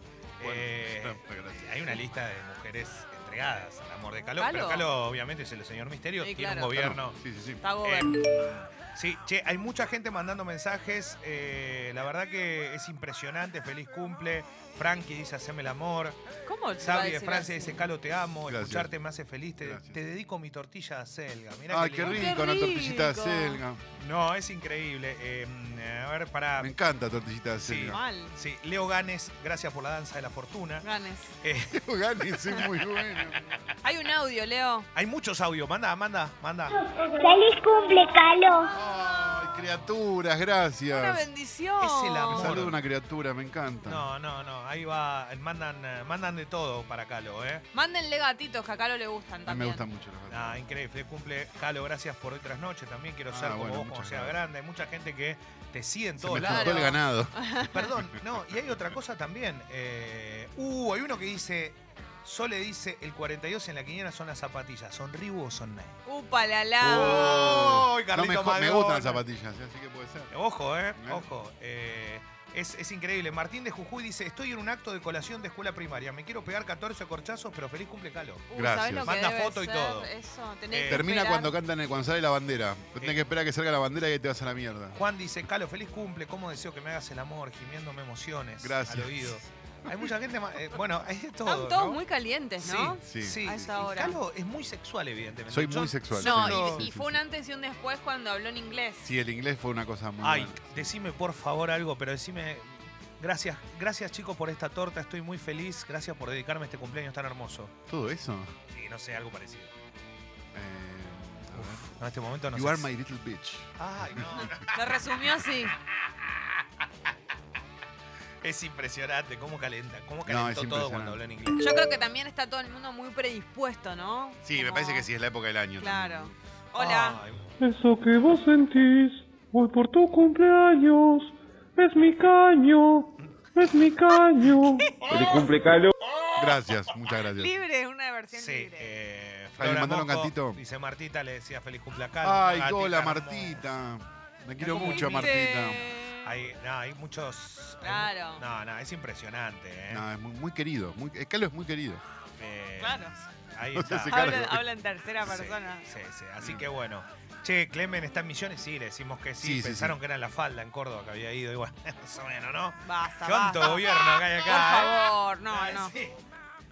[SPEAKER 2] Bueno,
[SPEAKER 3] Eh,
[SPEAKER 2] (laughs) no, gracias.
[SPEAKER 3] hay una lista de mujeres entregadas al amor de Calo,
[SPEAKER 1] Calo.
[SPEAKER 3] pero Calo obviamente es el señor Misterio,
[SPEAKER 1] Sí,
[SPEAKER 3] tiene
[SPEAKER 1] claro.
[SPEAKER 3] un gobierno.
[SPEAKER 2] Sí, sí, sí.
[SPEAKER 1] Está
[SPEAKER 3] Eh,
[SPEAKER 1] gobernado.
[SPEAKER 3] sí, che, hay mucha gente mandando mensajes. eh, la verdad que es impresionante. Feliz cumple. Frankie dice, haceme el amor.
[SPEAKER 1] ¿Cómo te va a
[SPEAKER 3] Xavi de
[SPEAKER 1] decir
[SPEAKER 3] Francia
[SPEAKER 1] así?
[SPEAKER 3] dice, Calo, te amo.
[SPEAKER 2] Gracias.
[SPEAKER 3] Escucharte me hace feliz. Te,
[SPEAKER 2] Gracias.
[SPEAKER 3] te dedico mi tortilla de selga. Mirá
[SPEAKER 2] Ay, Ah, qué
[SPEAKER 3] elegante.
[SPEAKER 2] rico, una tortillita de
[SPEAKER 1] rico.
[SPEAKER 2] selga.
[SPEAKER 3] No, es increíble. Eh, a ver, para...
[SPEAKER 2] Me encanta tortillita de
[SPEAKER 3] Ah. Sí.
[SPEAKER 2] selga.
[SPEAKER 1] Mal.
[SPEAKER 3] Sí, Leo Ganes, gracias por la danza de la fortuna.
[SPEAKER 1] Ganes.
[SPEAKER 3] Eh, (laughs)
[SPEAKER 2] Ganes, es muy bueno.
[SPEAKER 1] Hay un audio, Leo.
[SPEAKER 3] hay muchos audios. Manda, manda, manda.
[SPEAKER 4] ¡Feliz cumple, Calo!
[SPEAKER 2] Ay, criaturas,
[SPEAKER 1] Una
[SPEAKER 2] gracias.
[SPEAKER 1] bendición.
[SPEAKER 3] Es el amor.
[SPEAKER 2] Saluda a una criatura, me encanta.
[SPEAKER 3] No, no, no. Ahí va. eh, Mandan, eh, mandan de todo para Calo, ¿eh?
[SPEAKER 1] Mándenle gatitos que a Caro le gustan
[SPEAKER 2] A mí
[SPEAKER 1] también.
[SPEAKER 2] me gustan mucho los gatos.
[SPEAKER 3] Ah, increíble. Feliz Cumple, Calo. Gracias por hoy tras noche. También quiero
[SPEAKER 2] Ah,
[SPEAKER 3] ser como
[SPEAKER 2] bueno,
[SPEAKER 3] vos, cuando
[SPEAKER 2] muchas
[SPEAKER 3] sea
[SPEAKER 2] gracias.
[SPEAKER 3] grande. Hay mucha gente que te sigue en
[SPEAKER 2] Se
[SPEAKER 3] todos
[SPEAKER 2] me
[SPEAKER 3] lados.
[SPEAKER 2] juntó el
[SPEAKER 3] (laughs)
[SPEAKER 2] ganado.
[SPEAKER 3] Perdón, no. Y hay otra cosa también. eh, uh, hay uno que dice. Sole dice, el 42 en la quiniela son las zapatillas. ¿Son Reebok o son Nike?
[SPEAKER 1] Upa la
[SPEAKER 2] Uh,
[SPEAKER 1] la.
[SPEAKER 3] Oh,
[SPEAKER 2] No, me,
[SPEAKER 3] Carlito
[SPEAKER 2] jo- me
[SPEAKER 3] Magón.
[SPEAKER 2] gustan las zapatillas, ¿eh? así que puede ser.
[SPEAKER 3] Ojo, eh,
[SPEAKER 2] Bien.
[SPEAKER 3] ojo. eh, es, es increíble. Martín de Jujuy dice, estoy en un acto de colación de escuela primaria. Me quiero pegar 14 corchazos, pero feliz cumple Calo.
[SPEAKER 1] Uh,
[SPEAKER 2] Gracias.
[SPEAKER 1] ¿sabés lo que
[SPEAKER 3] Manda
[SPEAKER 1] debe
[SPEAKER 3] foto y
[SPEAKER 1] ser
[SPEAKER 3] todo.
[SPEAKER 1] Eso, tenés
[SPEAKER 3] Eh,
[SPEAKER 1] que
[SPEAKER 2] Termina
[SPEAKER 1] esperar.
[SPEAKER 2] cuando cantan el, cuando sale la bandera. Tenés
[SPEAKER 3] Eh.
[SPEAKER 2] que esperar a que salga la bandera y ahí te vas a la mierda.
[SPEAKER 3] Juan dice, Calo, feliz cumple. ¿Cómo deseo que me hagas el amor? Gimiéndome emociones
[SPEAKER 2] Gracias.
[SPEAKER 3] al oído. Hay mucha gente más... eh, bueno, hay de todo,
[SPEAKER 1] Están todos
[SPEAKER 3] ¿no?
[SPEAKER 1] muy calientes, ¿no?
[SPEAKER 2] Sí.
[SPEAKER 3] Sí.
[SPEAKER 1] A esta
[SPEAKER 3] Y
[SPEAKER 1] hora.
[SPEAKER 3] Calo es muy sexual, evidentemente.
[SPEAKER 2] Soy
[SPEAKER 3] Yo-
[SPEAKER 2] muy sexual.
[SPEAKER 1] No,
[SPEAKER 2] sí.
[SPEAKER 1] y,
[SPEAKER 2] Sí,
[SPEAKER 1] y
[SPEAKER 2] sí,
[SPEAKER 1] fue
[SPEAKER 2] sí.
[SPEAKER 1] un antes y un después cuando habló en inglés.
[SPEAKER 2] Sí, el inglés fue una cosa muy.
[SPEAKER 3] Ay,
[SPEAKER 2] buena.
[SPEAKER 3] decime por favor algo, pero decime... Gracias, gracias chicos por esta torta, estoy muy feliz, gracias por dedicarme a este cumpleaños tan hermoso.
[SPEAKER 2] Todo eso.
[SPEAKER 3] Sí, no sé, algo parecido.
[SPEAKER 2] Eh, a ver.
[SPEAKER 3] No, en este momento no
[SPEAKER 2] you
[SPEAKER 3] sé
[SPEAKER 2] are
[SPEAKER 3] si-
[SPEAKER 2] my little bitch.
[SPEAKER 3] Ay, no, no. (laughs)
[SPEAKER 1] Lo resumió así.
[SPEAKER 3] Es impresionante cómo calenta, cómo
[SPEAKER 2] No,
[SPEAKER 3] calentó
[SPEAKER 2] es
[SPEAKER 3] todo
[SPEAKER 2] impresionante.
[SPEAKER 3] cuando habló en inglés.
[SPEAKER 1] Yo creo que también está todo el mundo muy predispuesto, ¿no?
[SPEAKER 2] Sí, me
[SPEAKER 1] Como-
[SPEAKER 2] parece que sí, es la época del año.
[SPEAKER 1] Claro. Hola.
[SPEAKER 3] Ay,
[SPEAKER 6] Eso que vos sentís, voy por tu cumpleaños. Es mi caño, es mi caño. Feliz cumple, Calo.
[SPEAKER 2] Gracias, muchas gracias.
[SPEAKER 1] Libre, una versión
[SPEAKER 3] sí,
[SPEAKER 1] libre.
[SPEAKER 3] eh,
[SPEAKER 2] ¿Alguien
[SPEAKER 3] Flora
[SPEAKER 2] mandaron un
[SPEAKER 3] Moco,
[SPEAKER 2] cantito?
[SPEAKER 3] Dice Martita, le decía feliz cumpleaños.
[SPEAKER 2] Ay, hola Martita. Me quiero
[SPEAKER 3] como
[SPEAKER 2] mucho a
[SPEAKER 3] un
[SPEAKER 2] Martita.
[SPEAKER 3] Hay, no, hay muchos. hay-
[SPEAKER 1] Claro.
[SPEAKER 3] no, no, es impresionante. ¿eh?
[SPEAKER 2] No, es muy, muy querido. Muy, eh, Calo es muy querido.
[SPEAKER 3] Eh,
[SPEAKER 1] Claro.
[SPEAKER 2] (laughs)
[SPEAKER 3] Ahí
[SPEAKER 2] No se
[SPEAKER 3] está.
[SPEAKER 2] hace cargo.
[SPEAKER 1] Habla, habla en tercera
[SPEAKER 3] Sí,
[SPEAKER 1] persona.
[SPEAKER 3] Sí, sí, así que bueno. Che, Clemen está en millones, sí, le decimos que sí.
[SPEAKER 2] Sí, sí,
[SPEAKER 3] Pensaron
[SPEAKER 2] sí.
[SPEAKER 3] que era en la falda en Córdoba que había ido, igual, (laughs) más o menos, ¿no?
[SPEAKER 1] Basta,
[SPEAKER 3] ¿Cuánto
[SPEAKER 1] basta.
[SPEAKER 3] gobierno que hay acá?
[SPEAKER 1] Por
[SPEAKER 3] eh?
[SPEAKER 1] favor, no,
[SPEAKER 3] Ay,
[SPEAKER 1] no.
[SPEAKER 3] sí.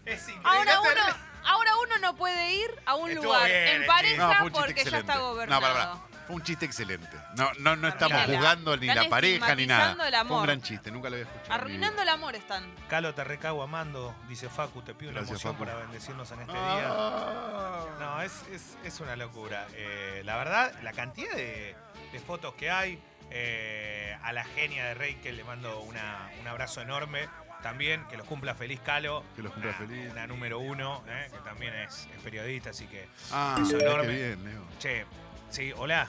[SPEAKER 3] Es increíble.
[SPEAKER 1] Ahora
[SPEAKER 3] Este-
[SPEAKER 1] uno, ahora uno no puede ir a un
[SPEAKER 3] Estuvo
[SPEAKER 1] lugar
[SPEAKER 3] bien,
[SPEAKER 1] en
[SPEAKER 3] el
[SPEAKER 2] No,
[SPEAKER 1] pareja
[SPEAKER 2] fue un chiste
[SPEAKER 1] porque ya
[SPEAKER 2] excelente.
[SPEAKER 1] está gobernado.
[SPEAKER 2] No, pará, pará. Fue un chiste excelente. No, no, no estamos
[SPEAKER 1] Arruinala.
[SPEAKER 2] juzgando ni
[SPEAKER 1] Están
[SPEAKER 2] la pareja ni nada.
[SPEAKER 1] estigmatizando el amor.
[SPEAKER 2] Fue un gran chiste, nunca lo había escuchado. en mi vida.
[SPEAKER 1] Arruinando el amor están.
[SPEAKER 2] Mm.
[SPEAKER 3] Calo, te recago amando, dice Facu, te pido una
[SPEAKER 2] Gracias,
[SPEAKER 3] emoción
[SPEAKER 2] Facu.
[SPEAKER 3] para bendecirnos en este día.
[SPEAKER 2] Ah.
[SPEAKER 3] No, es, es- es una locura. Eh, la verdad, la cantidad de, de fotos que hay, eh, a la genia de Rey, que le mando una- un abrazo enorme, también, que los cumpla feliz Calo.
[SPEAKER 2] Que los cumpla
[SPEAKER 3] Una-
[SPEAKER 2] feliz.
[SPEAKER 3] Una número uno, eh, que también es, es periodista, así que,
[SPEAKER 2] Ah,
[SPEAKER 3] Es
[SPEAKER 2] mirá
[SPEAKER 3] enorme.
[SPEAKER 2] qué bien, Leo.
[SPEAKER 3] che, sí, hola.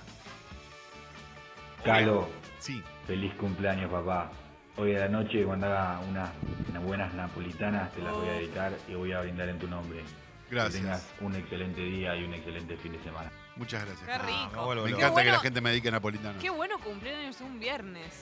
[SPEAKER 7] Calo,
[SPEAKER 2] Sí,
[SPEAKER 7] feliz cumpleaños, papá. Hoy a la noche, cuando haga unas, unas buenas napolitanas, te las voy a dedicar y voy a brindar en tu nombre. Que tengas
[SPEAKER 2] gracias.
[SPEAKER 7] un excelente día y un excelente fin de semana.
[SPEAKER 2] Muchas gracias. Ah,
[SPEAKER 1] Qué rico.
[SPEAKER 3] Ah, me vuelvo
[SPEAKER 2] Me
[SPEAKER 3] loco.
[SPEAKER 2] encanta que
[SPEAKER 1] bueno-
[SPEAKER 2] la gente me dedique a napolitano.
[SPEAKER 1] Qué bueno cumpleaños un viernes.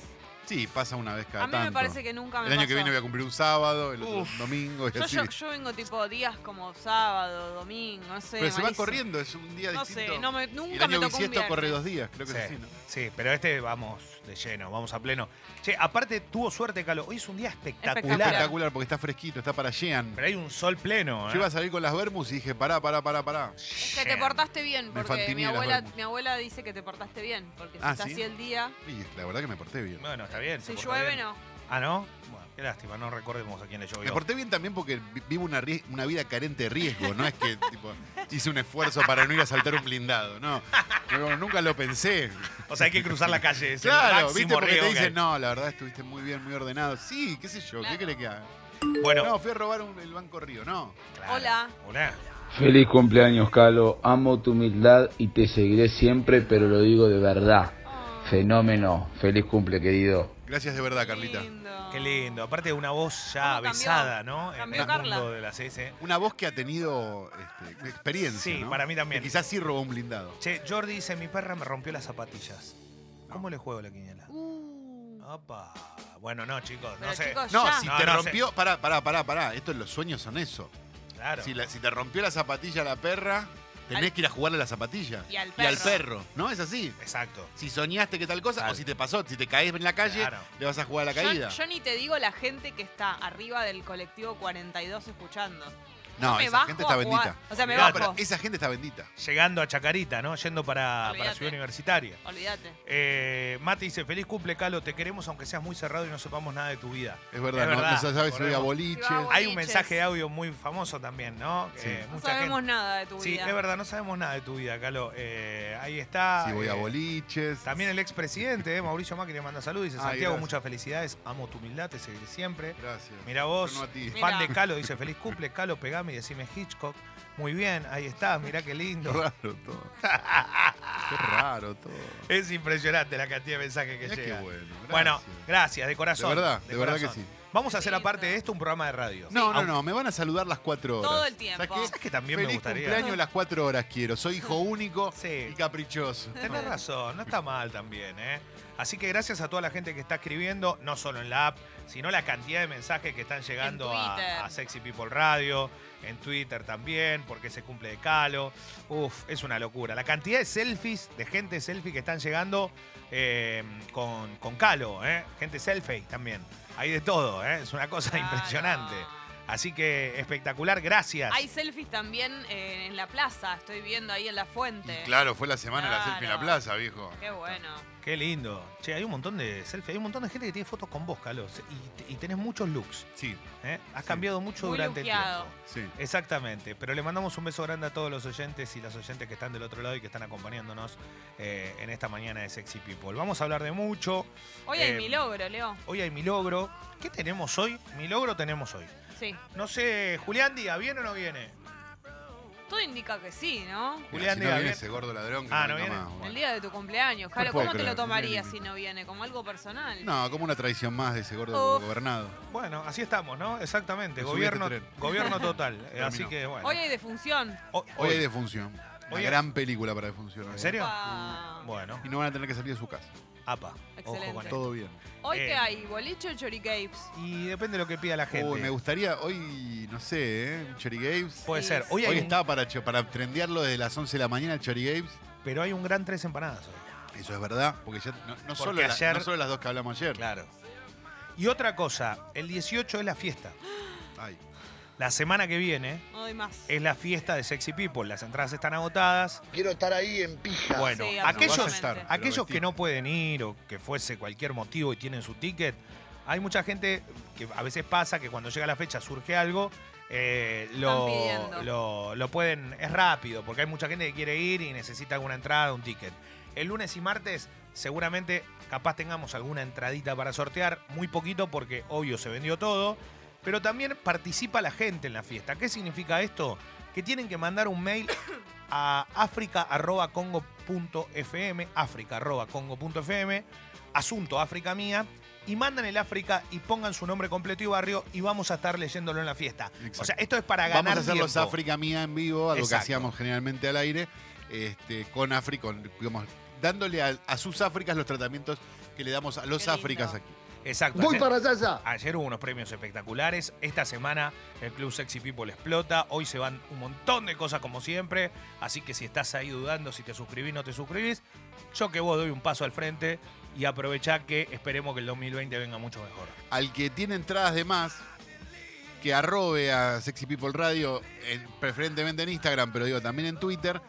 [SPEAKER 2] Sí, pasa una vez cada
[SPEAKER 1] A mí me
[SPEAKER 2] tanto.
[SPEAKER 1] parece que nunca Ah, me
[SPEAKER 2] El año que
[SPEAKER 1] pasó.
[SPEAKER 2] viene voy a cumplir un sábado, el otro
[SPEAKER 3] Uf.
[SPEAKER 2] un domingo y
[SPEAKER 1] Yo,
[SPEAKER 2] así.
[SPEAKER 1] yo, yo vengo tipo días como sábado, domingo, no sé.
[SPEAKER 2] Pero se va
[SPEAKER 1] malísimo.
[SPEAKER 2] corriendo, es un día
[SPEAKER 1] No
[SPEAKER 2] distinto.
[SPEAKER 1] sé, no me,
[SPEAKER 2] Y
[SPEAKER 1] nunca
[SPEAKER 2] el año
[SPEAKER 1] me tocó un
[SPEAKER 2] bisiesto
[SPEAKER 1] viernes.
[SPEAKER 2] corre dos días, creo que
[SPEAKER 3] Sí,
[SPEAKER 2] es así, ¿no?
[SPEAKER 3] sí, pero este vamos de lleno, vamos a pleno. Che, aparte tuvo suerte, Calo. Hoy es un día espectacular.
[SPEAKER 1] Espectacular.
[SPEAKER 2] Espectacular porque está fresquito, está para Jean.
[SPEAKER 3] Pero hay un sol pleno, ¿eh?
[SPEAKER 2] Yo iba a salir con las Bermus y dije, pará, pará, pará, pará.
[SPEAKER 1] Es que te portaste bien,
[SPEAKER 2] Me
[SPEAKER 1] porque mi
[SPEAKER 2] infantiné las
[SPEAKER 1] abuela,
[SPEAKER 2] Bermudas.
[SPEAKER 1] mi abuela dice que te portaste bien, porque si
[SPEAKER 2] Ah,
[SPEAKER 1] está
[SPEAKER 2] ¿sí?
[SPEAKER 1] así el día,
[SPEAKER 2] Y la verdad que me porté bien.
[SPEAKER 3] Bueno, está bien. se
[SPEAKER 1] si
[SPEAKER 3] portó
[SPEAKER 1] llueve
[SPEAKER 3] bien.
[SPEAKER 1] no.
[SPEAKER 3] Ah, ¿no? Bueno, Qué lástima, no recordemos a quién le llovió.
[SPEAKER 2] Me porté bien también porque vi- vivo una, rie- una vida carente de riesgo, no es que (laughs) tipo, hice un esfuerzo para no ir a saltar un blindado, no. Pero nunca lo pensé.
[SPEAKER 3] O sea, hay que cruzar la calle. es el
[SPEAKER 2] Claro,
[SPEAKER 3] máximo
[SPEAKER 2] viste, porque
[SPEAKER 3] riesgo
[SPEAKER 2] te
[SPEAKER 3] que hay.
[SPEAKER 2] dicen, no, la verdad estuviste muy bien, muy ordenado. Sí, qué sé yo,
[SPEAKER 1] Claro.
[SPEAKER 2] ¿qué crees que haga?
[SPEAKER 3] Bueno,
[SPEAKER 2] No, fui a robar un- el Banco Río, no.
[SPEAKER 3] claro.
[SPEAKER 1] Hola.
[SPEAKER 3] Hola.
[SPEAKER 8] Feliz cumpleaños, Calo. Amo tu humildad y te seguiré siempre, pero lo digo de verdad. Fenómeno. Feliz cumple, querido.
[SPEAKER 2] Gracias de verdad, Carlita.
[SPEAKER 1] Lindo.
[SPEAKER 3] Qué lindo. Aparte de una voz ya
[SPEAKER 1] ¿Cómo cambió?
[SPEAKER 3] besada, ¿no?
[SPEAKER 1] Cambió
[SPEAKER 3] en el
[SPEAKER 1] Carla.
[SPEAKER 3] mundo de la CS.
[SPEAKER 2] Una voz que ha tenido este, una experiencia.
[SPEAKER 3] Sí,
[SPEAKER 2] ¿no?
[SPEAKER 3] para mí también.
[SPEAKER 2] Que quizás sí robó un blindado.
[SPEAKER 3] Che, Jordi dice, mi perra me rompió las zapatillas. ¿Cómo le juego la quiniela?
[SPEAKER 1] Uh,
[SPEAKER 3] Opa. Bueno, no, chicos,
[SPEAKER 1] Pero,
[SPEAKER 3] no sé.
[SPEAKER 1] chicos,
[SPEAKER 2] No,
[SPEAKER 1] Oh, Ya.
[SPEAKER 2] si
[SPEAKER 3] No,
[SPEAKER 2] te
[SPEAKER 3] no sé.
[SPEAKER 2] rompió. Pará, pará, pará, pará. Estos los sueños son eso.
[SPEAKER 3] Claro.
[SPEAKER 2] Si, la- si te rompió la zapatilla a la perra, tenés
[SPEAKER 1] Al-
[SPEAKER 2] que ir a jugarle a la zapatilla.
[SPEAKER 1] Y al
[SPEAKER 2] perro. ¿No? Es así.
[SPEAKER 3] Exacto.
[SPEAKER 2] Si soñaste que tal cosa,
[SPEAKER 3] Claro.
[SPEAKER 2] o si te pasó, si te caes en la calle,
[SPEAKER 3] Claro.
[SPEAKER 2] le vas a jugar a la
[SPEAKER 1] yo,
[SPEAKER 2] caída.
[SPEAKER 1] yo ni te digo la gente que está arriba del colectivo 42 escuchando.
[SPEAKER 2] no,
[SPEAKER 1] me
[SPEAKER 2] esa
[SPEAKER 1] bajo
[SPEAKER 2] gente está
[SPEAKER 1] a jugar.
[SPEAKER 2] bendita.
[SPEAKER 1] O sea, me
[SPEAKER 2] No,
[SPEAKER 1] bajo.
[SPEAKER 2] pero esa gente está bendita.
[SPEAKER 3] Llegando a Chacarita, ¿no? Yendo para, para
[SPEAKER 1] Olvídate.
[SPEAKER 3] Ciudad Universitaria.
[SPEAKER 1] Olvídate.
[SPEAKER 3] Eh, Mati dice, feliz cumple, Calo, te queremos aunque seas muy cerrado y no sepamos nada de tu vida.
[SPEAKER 2] Es verdad, no-
[SPEAKER 3] verdad,
[SPEAKER 2] no, se sabe si voy a
[SPEAKER 3] corremos.
[SPEAKER 2] boliche.
[SPEAKER 1] Si va a bol-
[SPEAKER 3] Hay un
[SPEAKER 1] Boliches.
[SPEAKER 3] mensaje de audio muy famoso también, ¿no?
[SPEAKER 2] Sí.
[SPEAKER 3] Eh,
[SPEAKER 1] No
[SPEAKER 3] mucha
[SPEAKER 1] sabemos
[SPEAKER 3] gente-
[SPEAKER 1] nada de tu
[SPEAKER 3] Sí,
[SPEAKER 1] vida.
[SPEAKER 3] es verdad, no sabemos nada de tu vida, Calo. Eh, ahí está.
[SPEAKER 2] Si voy a
[SPEAKER 3] eh,
[SPEAKER 2] boliches.
[SPEAKER 3] También el expresidente, eh, Mauricio Macri, le manda saludos. Dice,
[SPEAKER 2] Ay,
[SPEAKER 3] Santiago,
[SPEAKER 2] Ah, gracias.
[SPEAKER 3] muchas felicidades. Amo tu humildad, te seguiré siempre.
[SPEAKER 2] Gracias.
[SPEAKER 3] Mira vos,
[SPEAKER 2] Yo no a ti.
[SPEAKER 1] Mirá.
[SPEAKER 3] fan de Calo, dice, feliz cumple, Calo, pegame y decime Hitchcock. Muy bien, ahí está, mirá qué
[SPEAKER 2] Qué
[SPEAKER 3] lindo.
[SPEAKER 2] raro todo. (laughs) Qué raro todo.
[SPEAKER 3] Es impresionante la cantidad de mensajes que
[SPEAKER 2] Mirá qué
[SPEAKER 3] llega.
[SPEAKER 2] bueno.
[SPEAKER 3] Bueno,
[SPEAKER 2] gracias.
[SPEAKER 3] gracias, de corazón.
[SPEAKER 2] De verdad, de verdad que
[SPEAKER 3] corazón.
[SPEAKER 2] sí.
[SPEAKER 3] Vamos a hacer aparte de esto un programa de radio.
[SPEAKER 2] No, no, no, me van a saludar las cuatro horas.
[SPEAKER 1] Todo el tiempo.
[SPEAKER 2] ¿Sabes qué?
[SPEAKER 3] ¿Sabes que también
[SPEAKER 2] Feliz
[SPEAKER 3] me gustaría?
[SPEAKER 2] cumpleaños las cuatro horas quiero.
[SPEAKER 1] (laughs)
[SPEAKER 2] Soy hijo único
[SPEAKER 3] Sí.
[SPEAKER 2] y caprichoso.
[SPEAKER 3] Tenés razón, no está mal también, ¿eh? Así que gracias a toda la gente que está escribiendo, no solo en la app, sino la cantidad de mensajes que están llegando
[SPEAKER 1] Twitter.
[SPEAKER 3] a, a Sexy People Radio, en Twitter también, porque se cumple de calo. Uf, es una locura. La cantidad de selfies, de gente selfie que están llegando eh, con, con calo, ¿eh? Gente selfie también. Hay de todo, ¿eh? Es una cosa
[SPEAKER 1] Claro.
[SPEAKER 3] impresionante. Así que espectacular, gracias.
[SPEAKER 1] Hay selfies también eh, en la plaza, estoy viendo ahí en la
[SPEAKER 2] Y
[SPEAKER 1] fuente.
[SPEAKER 2] claro, fue la semana de la
[SPEAKER 1] Claro.
[SPEAKER 2] selfie en la plaza, viejo.
[SPEAKER 1] Qué bueno.
[SPEAKER 3] Qué lindo. Che, hay un montón de selfies, hay un montón de gente que tiene fotos con vos, Carlos. Y, te- y tenés muchos looks.
[SPEAKER 2] Sí,
[SPEAKER 3] ¿eh? Has
[SPEAKER 2] Sí.
[SPEAKER 3] cambiado mucho
[SPEAKER 1] Muy
[SPEAKER 3] durante
[SPEAKER 1] lookeado.
[SPEAKER 3] el tiempo.
[SPEAKER 2] sí.
[SPEAKER 3] Exactamente, pero le mandamos un beso grande a todos los oyentes y las oyentes que están del otro lado y que están acompañándonos eh, en esta mañana de Sexy People. Vamos a hablar de mucho.
[SPEAKER 1] Hoy hay
[SPEAKER 3] Eh,
[SPEAKER 1] mi logro, Leo.
[SPEAKER 3] Hoy hay Milogro. ¿Qué tenemos hoy? Milogro tenemos hoy.
[SPEAKER 1] Sí.
[SPEAKER 3] No sé, Julián Díaz, ¿viene o no viene?
[SPEAKER 1] Todo indica que sí, ¿no?
[SPEAKER 3] Julián
[SPEAKER 2] Julián si no
[SPEAKER 3] Díaz,
[SPEAKER 2] viene
[SPEAKER 3] bien.
[SPEAKER 2] ese gordo ladrón que
[SPEAKER 3] Ah,
[SPEAKER 2] no
[SPEAKER 3] ¿no
[SPEAKER 2] venga
[SPEAKER 3] viene?
[SPEAKER 2] más, bueno.
[SPEAKER 1] El día de tu cumpleaños, Jalo,
[SPEAKER 2] puedo
[SPEAKER 1] ¿cómo te
[SPEAKER 2] creer,
[SPEAKER 1] lo tomarías si
[SPEAKER 2] no viene.
[SPEAKER 1] no viene? ¿Como algo personal?
[SPEAKER 2] No, como una traición más de ese gordo
[SPEAKER 1] Uf.
[SPEAKER 2] gobernado.
[SPEAKER 3] Bueno, así estamos, ¿no? Exactamente,
[SPEAKER 2] Me subí a este
[SPEAKER 3] gobierno,
[SPEAKER 2] tren.
[SPEAKER 3] gobierno total. Eh,
[SPEAKER 2] (laughs)
[SPEAKER 3] así
[SPEAKER 2] Terminó.
[SPEAKER 3] que bueno.
[SPEAKER 1] Hoy hay defunción.
[SPEAKER 3] Ho-
[SPEAKER 2] Hoy hay defunción. Una
[SPEAKER 3] Hoy hay-
[SPEAKER 2] gran película para defunción. ¿eh?
[SPEAKER 3] ¿En serio?
[SPEAKER 1] Pa.
[SPEAKER 3] Bueno,
[SPEAKER 2] Y no van a tener que salir de su casa.
[SPEAKER 3] apa. Ojo con
[SPEAKER 1] Excelente.
[SPEAKER 3] esto.
[SPEAKER 2] Todo bien.
[SPEAKER 1] Hoy
[SPEAKER 3] Eh.
[SPEAKER 1] que hay, boliche o choricapes.
[SPEAKER 3] Y depende de lo que pida la gente.
[SPEAKER 2] Uy, me gustaría, hoy, no sé, ¿eh? Un Cherry Games.
[SPEAKER 3] Puede
[SPEAKER 1] Sí,
[SPEAKER 3] ser. Hoy,
[SPEAKER 2] Hoy,
[SPEAKER 3] hay un-
[SPEAKER 2] está para, cho- para trendearlo desde las 11 de la mañana el Cherry Games.
[SPEAKER 3] pero hay un gran tres empanadas hoy.
[SPEAKER 2] Eso es verdad, porque ya no, no
[SPEAKER 3] Porque
[SPEAKER 2] solo, la-
[SPEAKER 3] ayer-
[SPEAKER 2] no solo las dos que hablamos ayer.
[SPEAKER 3] Claro. Y otra cosa, el 18 es la fiesta.
[SPEAKER 2] Ay,
[SPEAKER 3] La semana que viene
[SPEAKER 1] No doy más.
[SPEAKER 3] es la fiesta de Sexy People. Las entradas están agotadas.
[SPEAKER 9] Quiero estar ahí en pija.
[SPEAKER 3] Bueno,
[SPEAKER 1] Sí,
[SPEAKER 2] no
[SPEAKER 3] aquellos,
[SPEAKER 2] vas a estar, pero
[SPEAKER 3] aquellos que
[SPEAKER 2] vestido.
[SPEAKER 3] no pueden ir o que fuese cualquier motivo y tienen su ticket, hay mucha gente que a veces pasa que cuando llega la fecha surge algo, eh, lo,
[SPEAKER 1] pidiendo.
[SPEAKER 3] lo- lo pueden, es rápido, porque hay mucha gente que quiere ir y necesita alguna entrada, un ticket. El lunes y martes seguramente capaz tengamos alguna entradita para sortear, muy poquito porque obvio se vendió todo, pero también participa la gente en la fiesta. ¿Qué significa esto? Que tienen que mandar un mail (coughs) a africa.congo.fm, africa.congo.fm, asunto África Mía, y mandan el África y pongan su nombre completo y barrio y vamos a estar leyéndolo en la fiesta.
[SPEAKER 2] Exacto.
[SPEAKER 3] O sea, esto es para ganar
[SPEAKER 2] Vamos a hacer los
[SPEAKER 3] tiempo.
[SPEAKER 2] África Mía en vivo, algo que
[SPEAKER 3] Exacto.
[SPEAKER 2] hacíamos generalmente al aire, este, con África, con- digamos, dándole a, a sus Áfricas los tratamientos que le damos a los
[SPEAKER 1] Qué lindo.
[SPEAKER 2] Áfricas aquí.
[SPEAKER 3] Exacto.
[SPEAKER 9] Voy
[SPEAKER 3] Ayer-
[SPEAKER 9] para allá ya.
[SPEAKER 3] Ayer hubo unos premios espectaculares. Esta semana el Club Sexy People explota. Hoy se van un montón de cosas como siempre. Así que si estás ahí dudando si te suscribís o no te suscribís, yo que vos doy un paso al frente y aprovechá que esperemos que el 2020 venga mucho mejor.
[SPEAKER 2] Al que tiene entradas de más, que arrobe a Sexy People Radio, eh, preferentemente en Instagram, pero digo también en Twitter,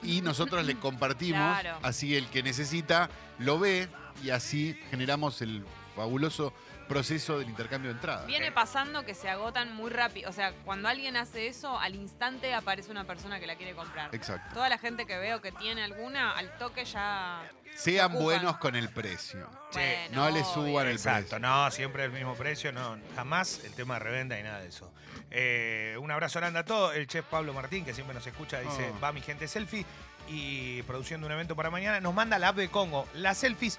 [SPEAKER 2] y
[SPEAKER 1] (clears throat)
[SPEAKER 2] nosotros le compartimos,
[SPEAKER 1] Claro.
[SPEAKER 2] así el que necesita lo ve y así generamos el fabuloso proceso del intercambio de entradas.
[SPEAKER 1] Viene pasando que se agotan muy rápido. O sea, cuando alguien hace eso, al instante aparece una persona que la quiere comprar.
[SPEAKER 2] Exacto.
[SPEAKER 1] Toda la gente que veo que tiene alguna, al toque ya.
[SPEAKER 2] Sean
[SPEAKER 1] ocupan.
[SPEAKER 2] buenos con el precio.
[SPEAKER 1] Che,
[SPEAKER 2] no le
[SPEAKER 1] obvio.
[SPEAKER 2] suban el
[SPEAKER 3] Exacto,
[SPEAKER 2] precio.
[SPEAKER 3] no, siempre el mismo precio, no, jamás el tema de reventa y nada de eso. Eh, un abrazo grande a todos. El chef Pablo Martín, que siempre nos escucha, dice,
[SPEAKER 2] Oh.
[SPEAKER 3] va mi gente selfie y produciendo un evento para mañana, nos manda la app de Congo. Las selfies,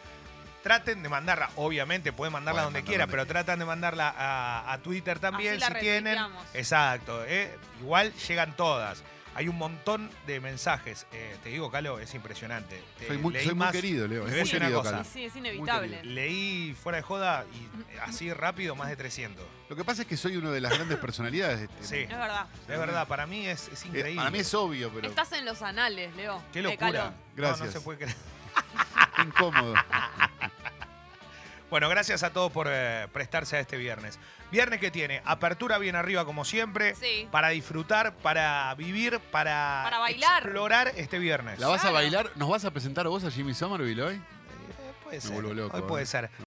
[SPEAKER 3] traten de mandarla, obviamente, pueden mandarla
[SPEAKER 2] Pueden
[SPEAKER 3] donde
[SPEAKER 2] mandar
[SPEAKER 3] quiera,
[SPEAKER 2] donde
[SPEAKER 3] pero
[SPEAKER 2] quiera.
[SPEAKER 3] tratan de mandarla a, a Twitter también,
[SPEAKER 1] Así la
[SPEAKER 3] si tienen.
[SPEAKER 1] retuiteamos.
[SPEAKER 3] Exacto, eh, igual llegan todas. Hay un montón de mensajes. Eh, te digo, Calo, es impresionante. Te-
[SPEAKER 2] Soy muy,
[SPEAKER 3] leí
[SPEAKER 2] soy muy
[SPEAKER 3] más-
[SPEAKER 2] querido, Leo.
[SPEAKER 3] te
[SPEAKER 2] Es
[SPEAKER 3] voy a
[SPEAKER 2] muy
[SPEAKER 3] decir una
[SPEAKER 2] querido,
[SPEAKER 3] cosa.
[SPEAKER 2] Cala.
[SPEAKER 1] Y sí, es
[SPEAKER 2] Muy
[SPEAKER 1] inevitable.
[SPEAKER 3] Leí fuera de joda y eh, así rápido más de 300.
[SPEAKER 2] Lo que pasa es que soy una de las grandes personalidades. de este-
[SPEAKER 3] Sí.
[SPEAKER 1] Es verdad.
[SPEAKER 3] Es verdad, para mí es, es
[SPEAKER 2] Eh,
[SPEAKER 3] increíble.
[SPEAKER 2] para mí es obvio, pero
[SPEAKER 1] Estás en los anales, Leo.
[SPEAKER 3] Qué
[SPEAKER 1] de
[SPEAKER 3] locura.
[SPEAKER 1] Caló.
[SPEAKER 2] Gracias.
[SPEAKER 3] No, no se puede creer. (laughs)
[SPEAKER 2] qué
[SPEAKER 1] (laughs)
[SPEAKER 2] incómodo.
[SPEAKER 3] Bueno, gracias a todos por eh, prestarse a este viernes. Viernes que tiene apertura bien arriba como siempre.
[SPEAKER 1] Sí.
[SPEAKER 3] Para disfrutar, para vivir, para,
[SPEAKER 1] Para bailar.
[SPEAKER 3] explorar este viernes.
[SPEAKER 2] ¿La vas a
[SPEAKER 1] Claro.
[SPEAKER 2] bailar? ¿Nos vas a presentar vos a Jimmy Somerville hoy?
[SPEAKER 3] Eh, puede ser.
[SPEAKER 2] vuelvo loco,
[SPEAKER 3] Hoy puede
[SPEAKER 2] eh.
[SPEAKER 3] ser.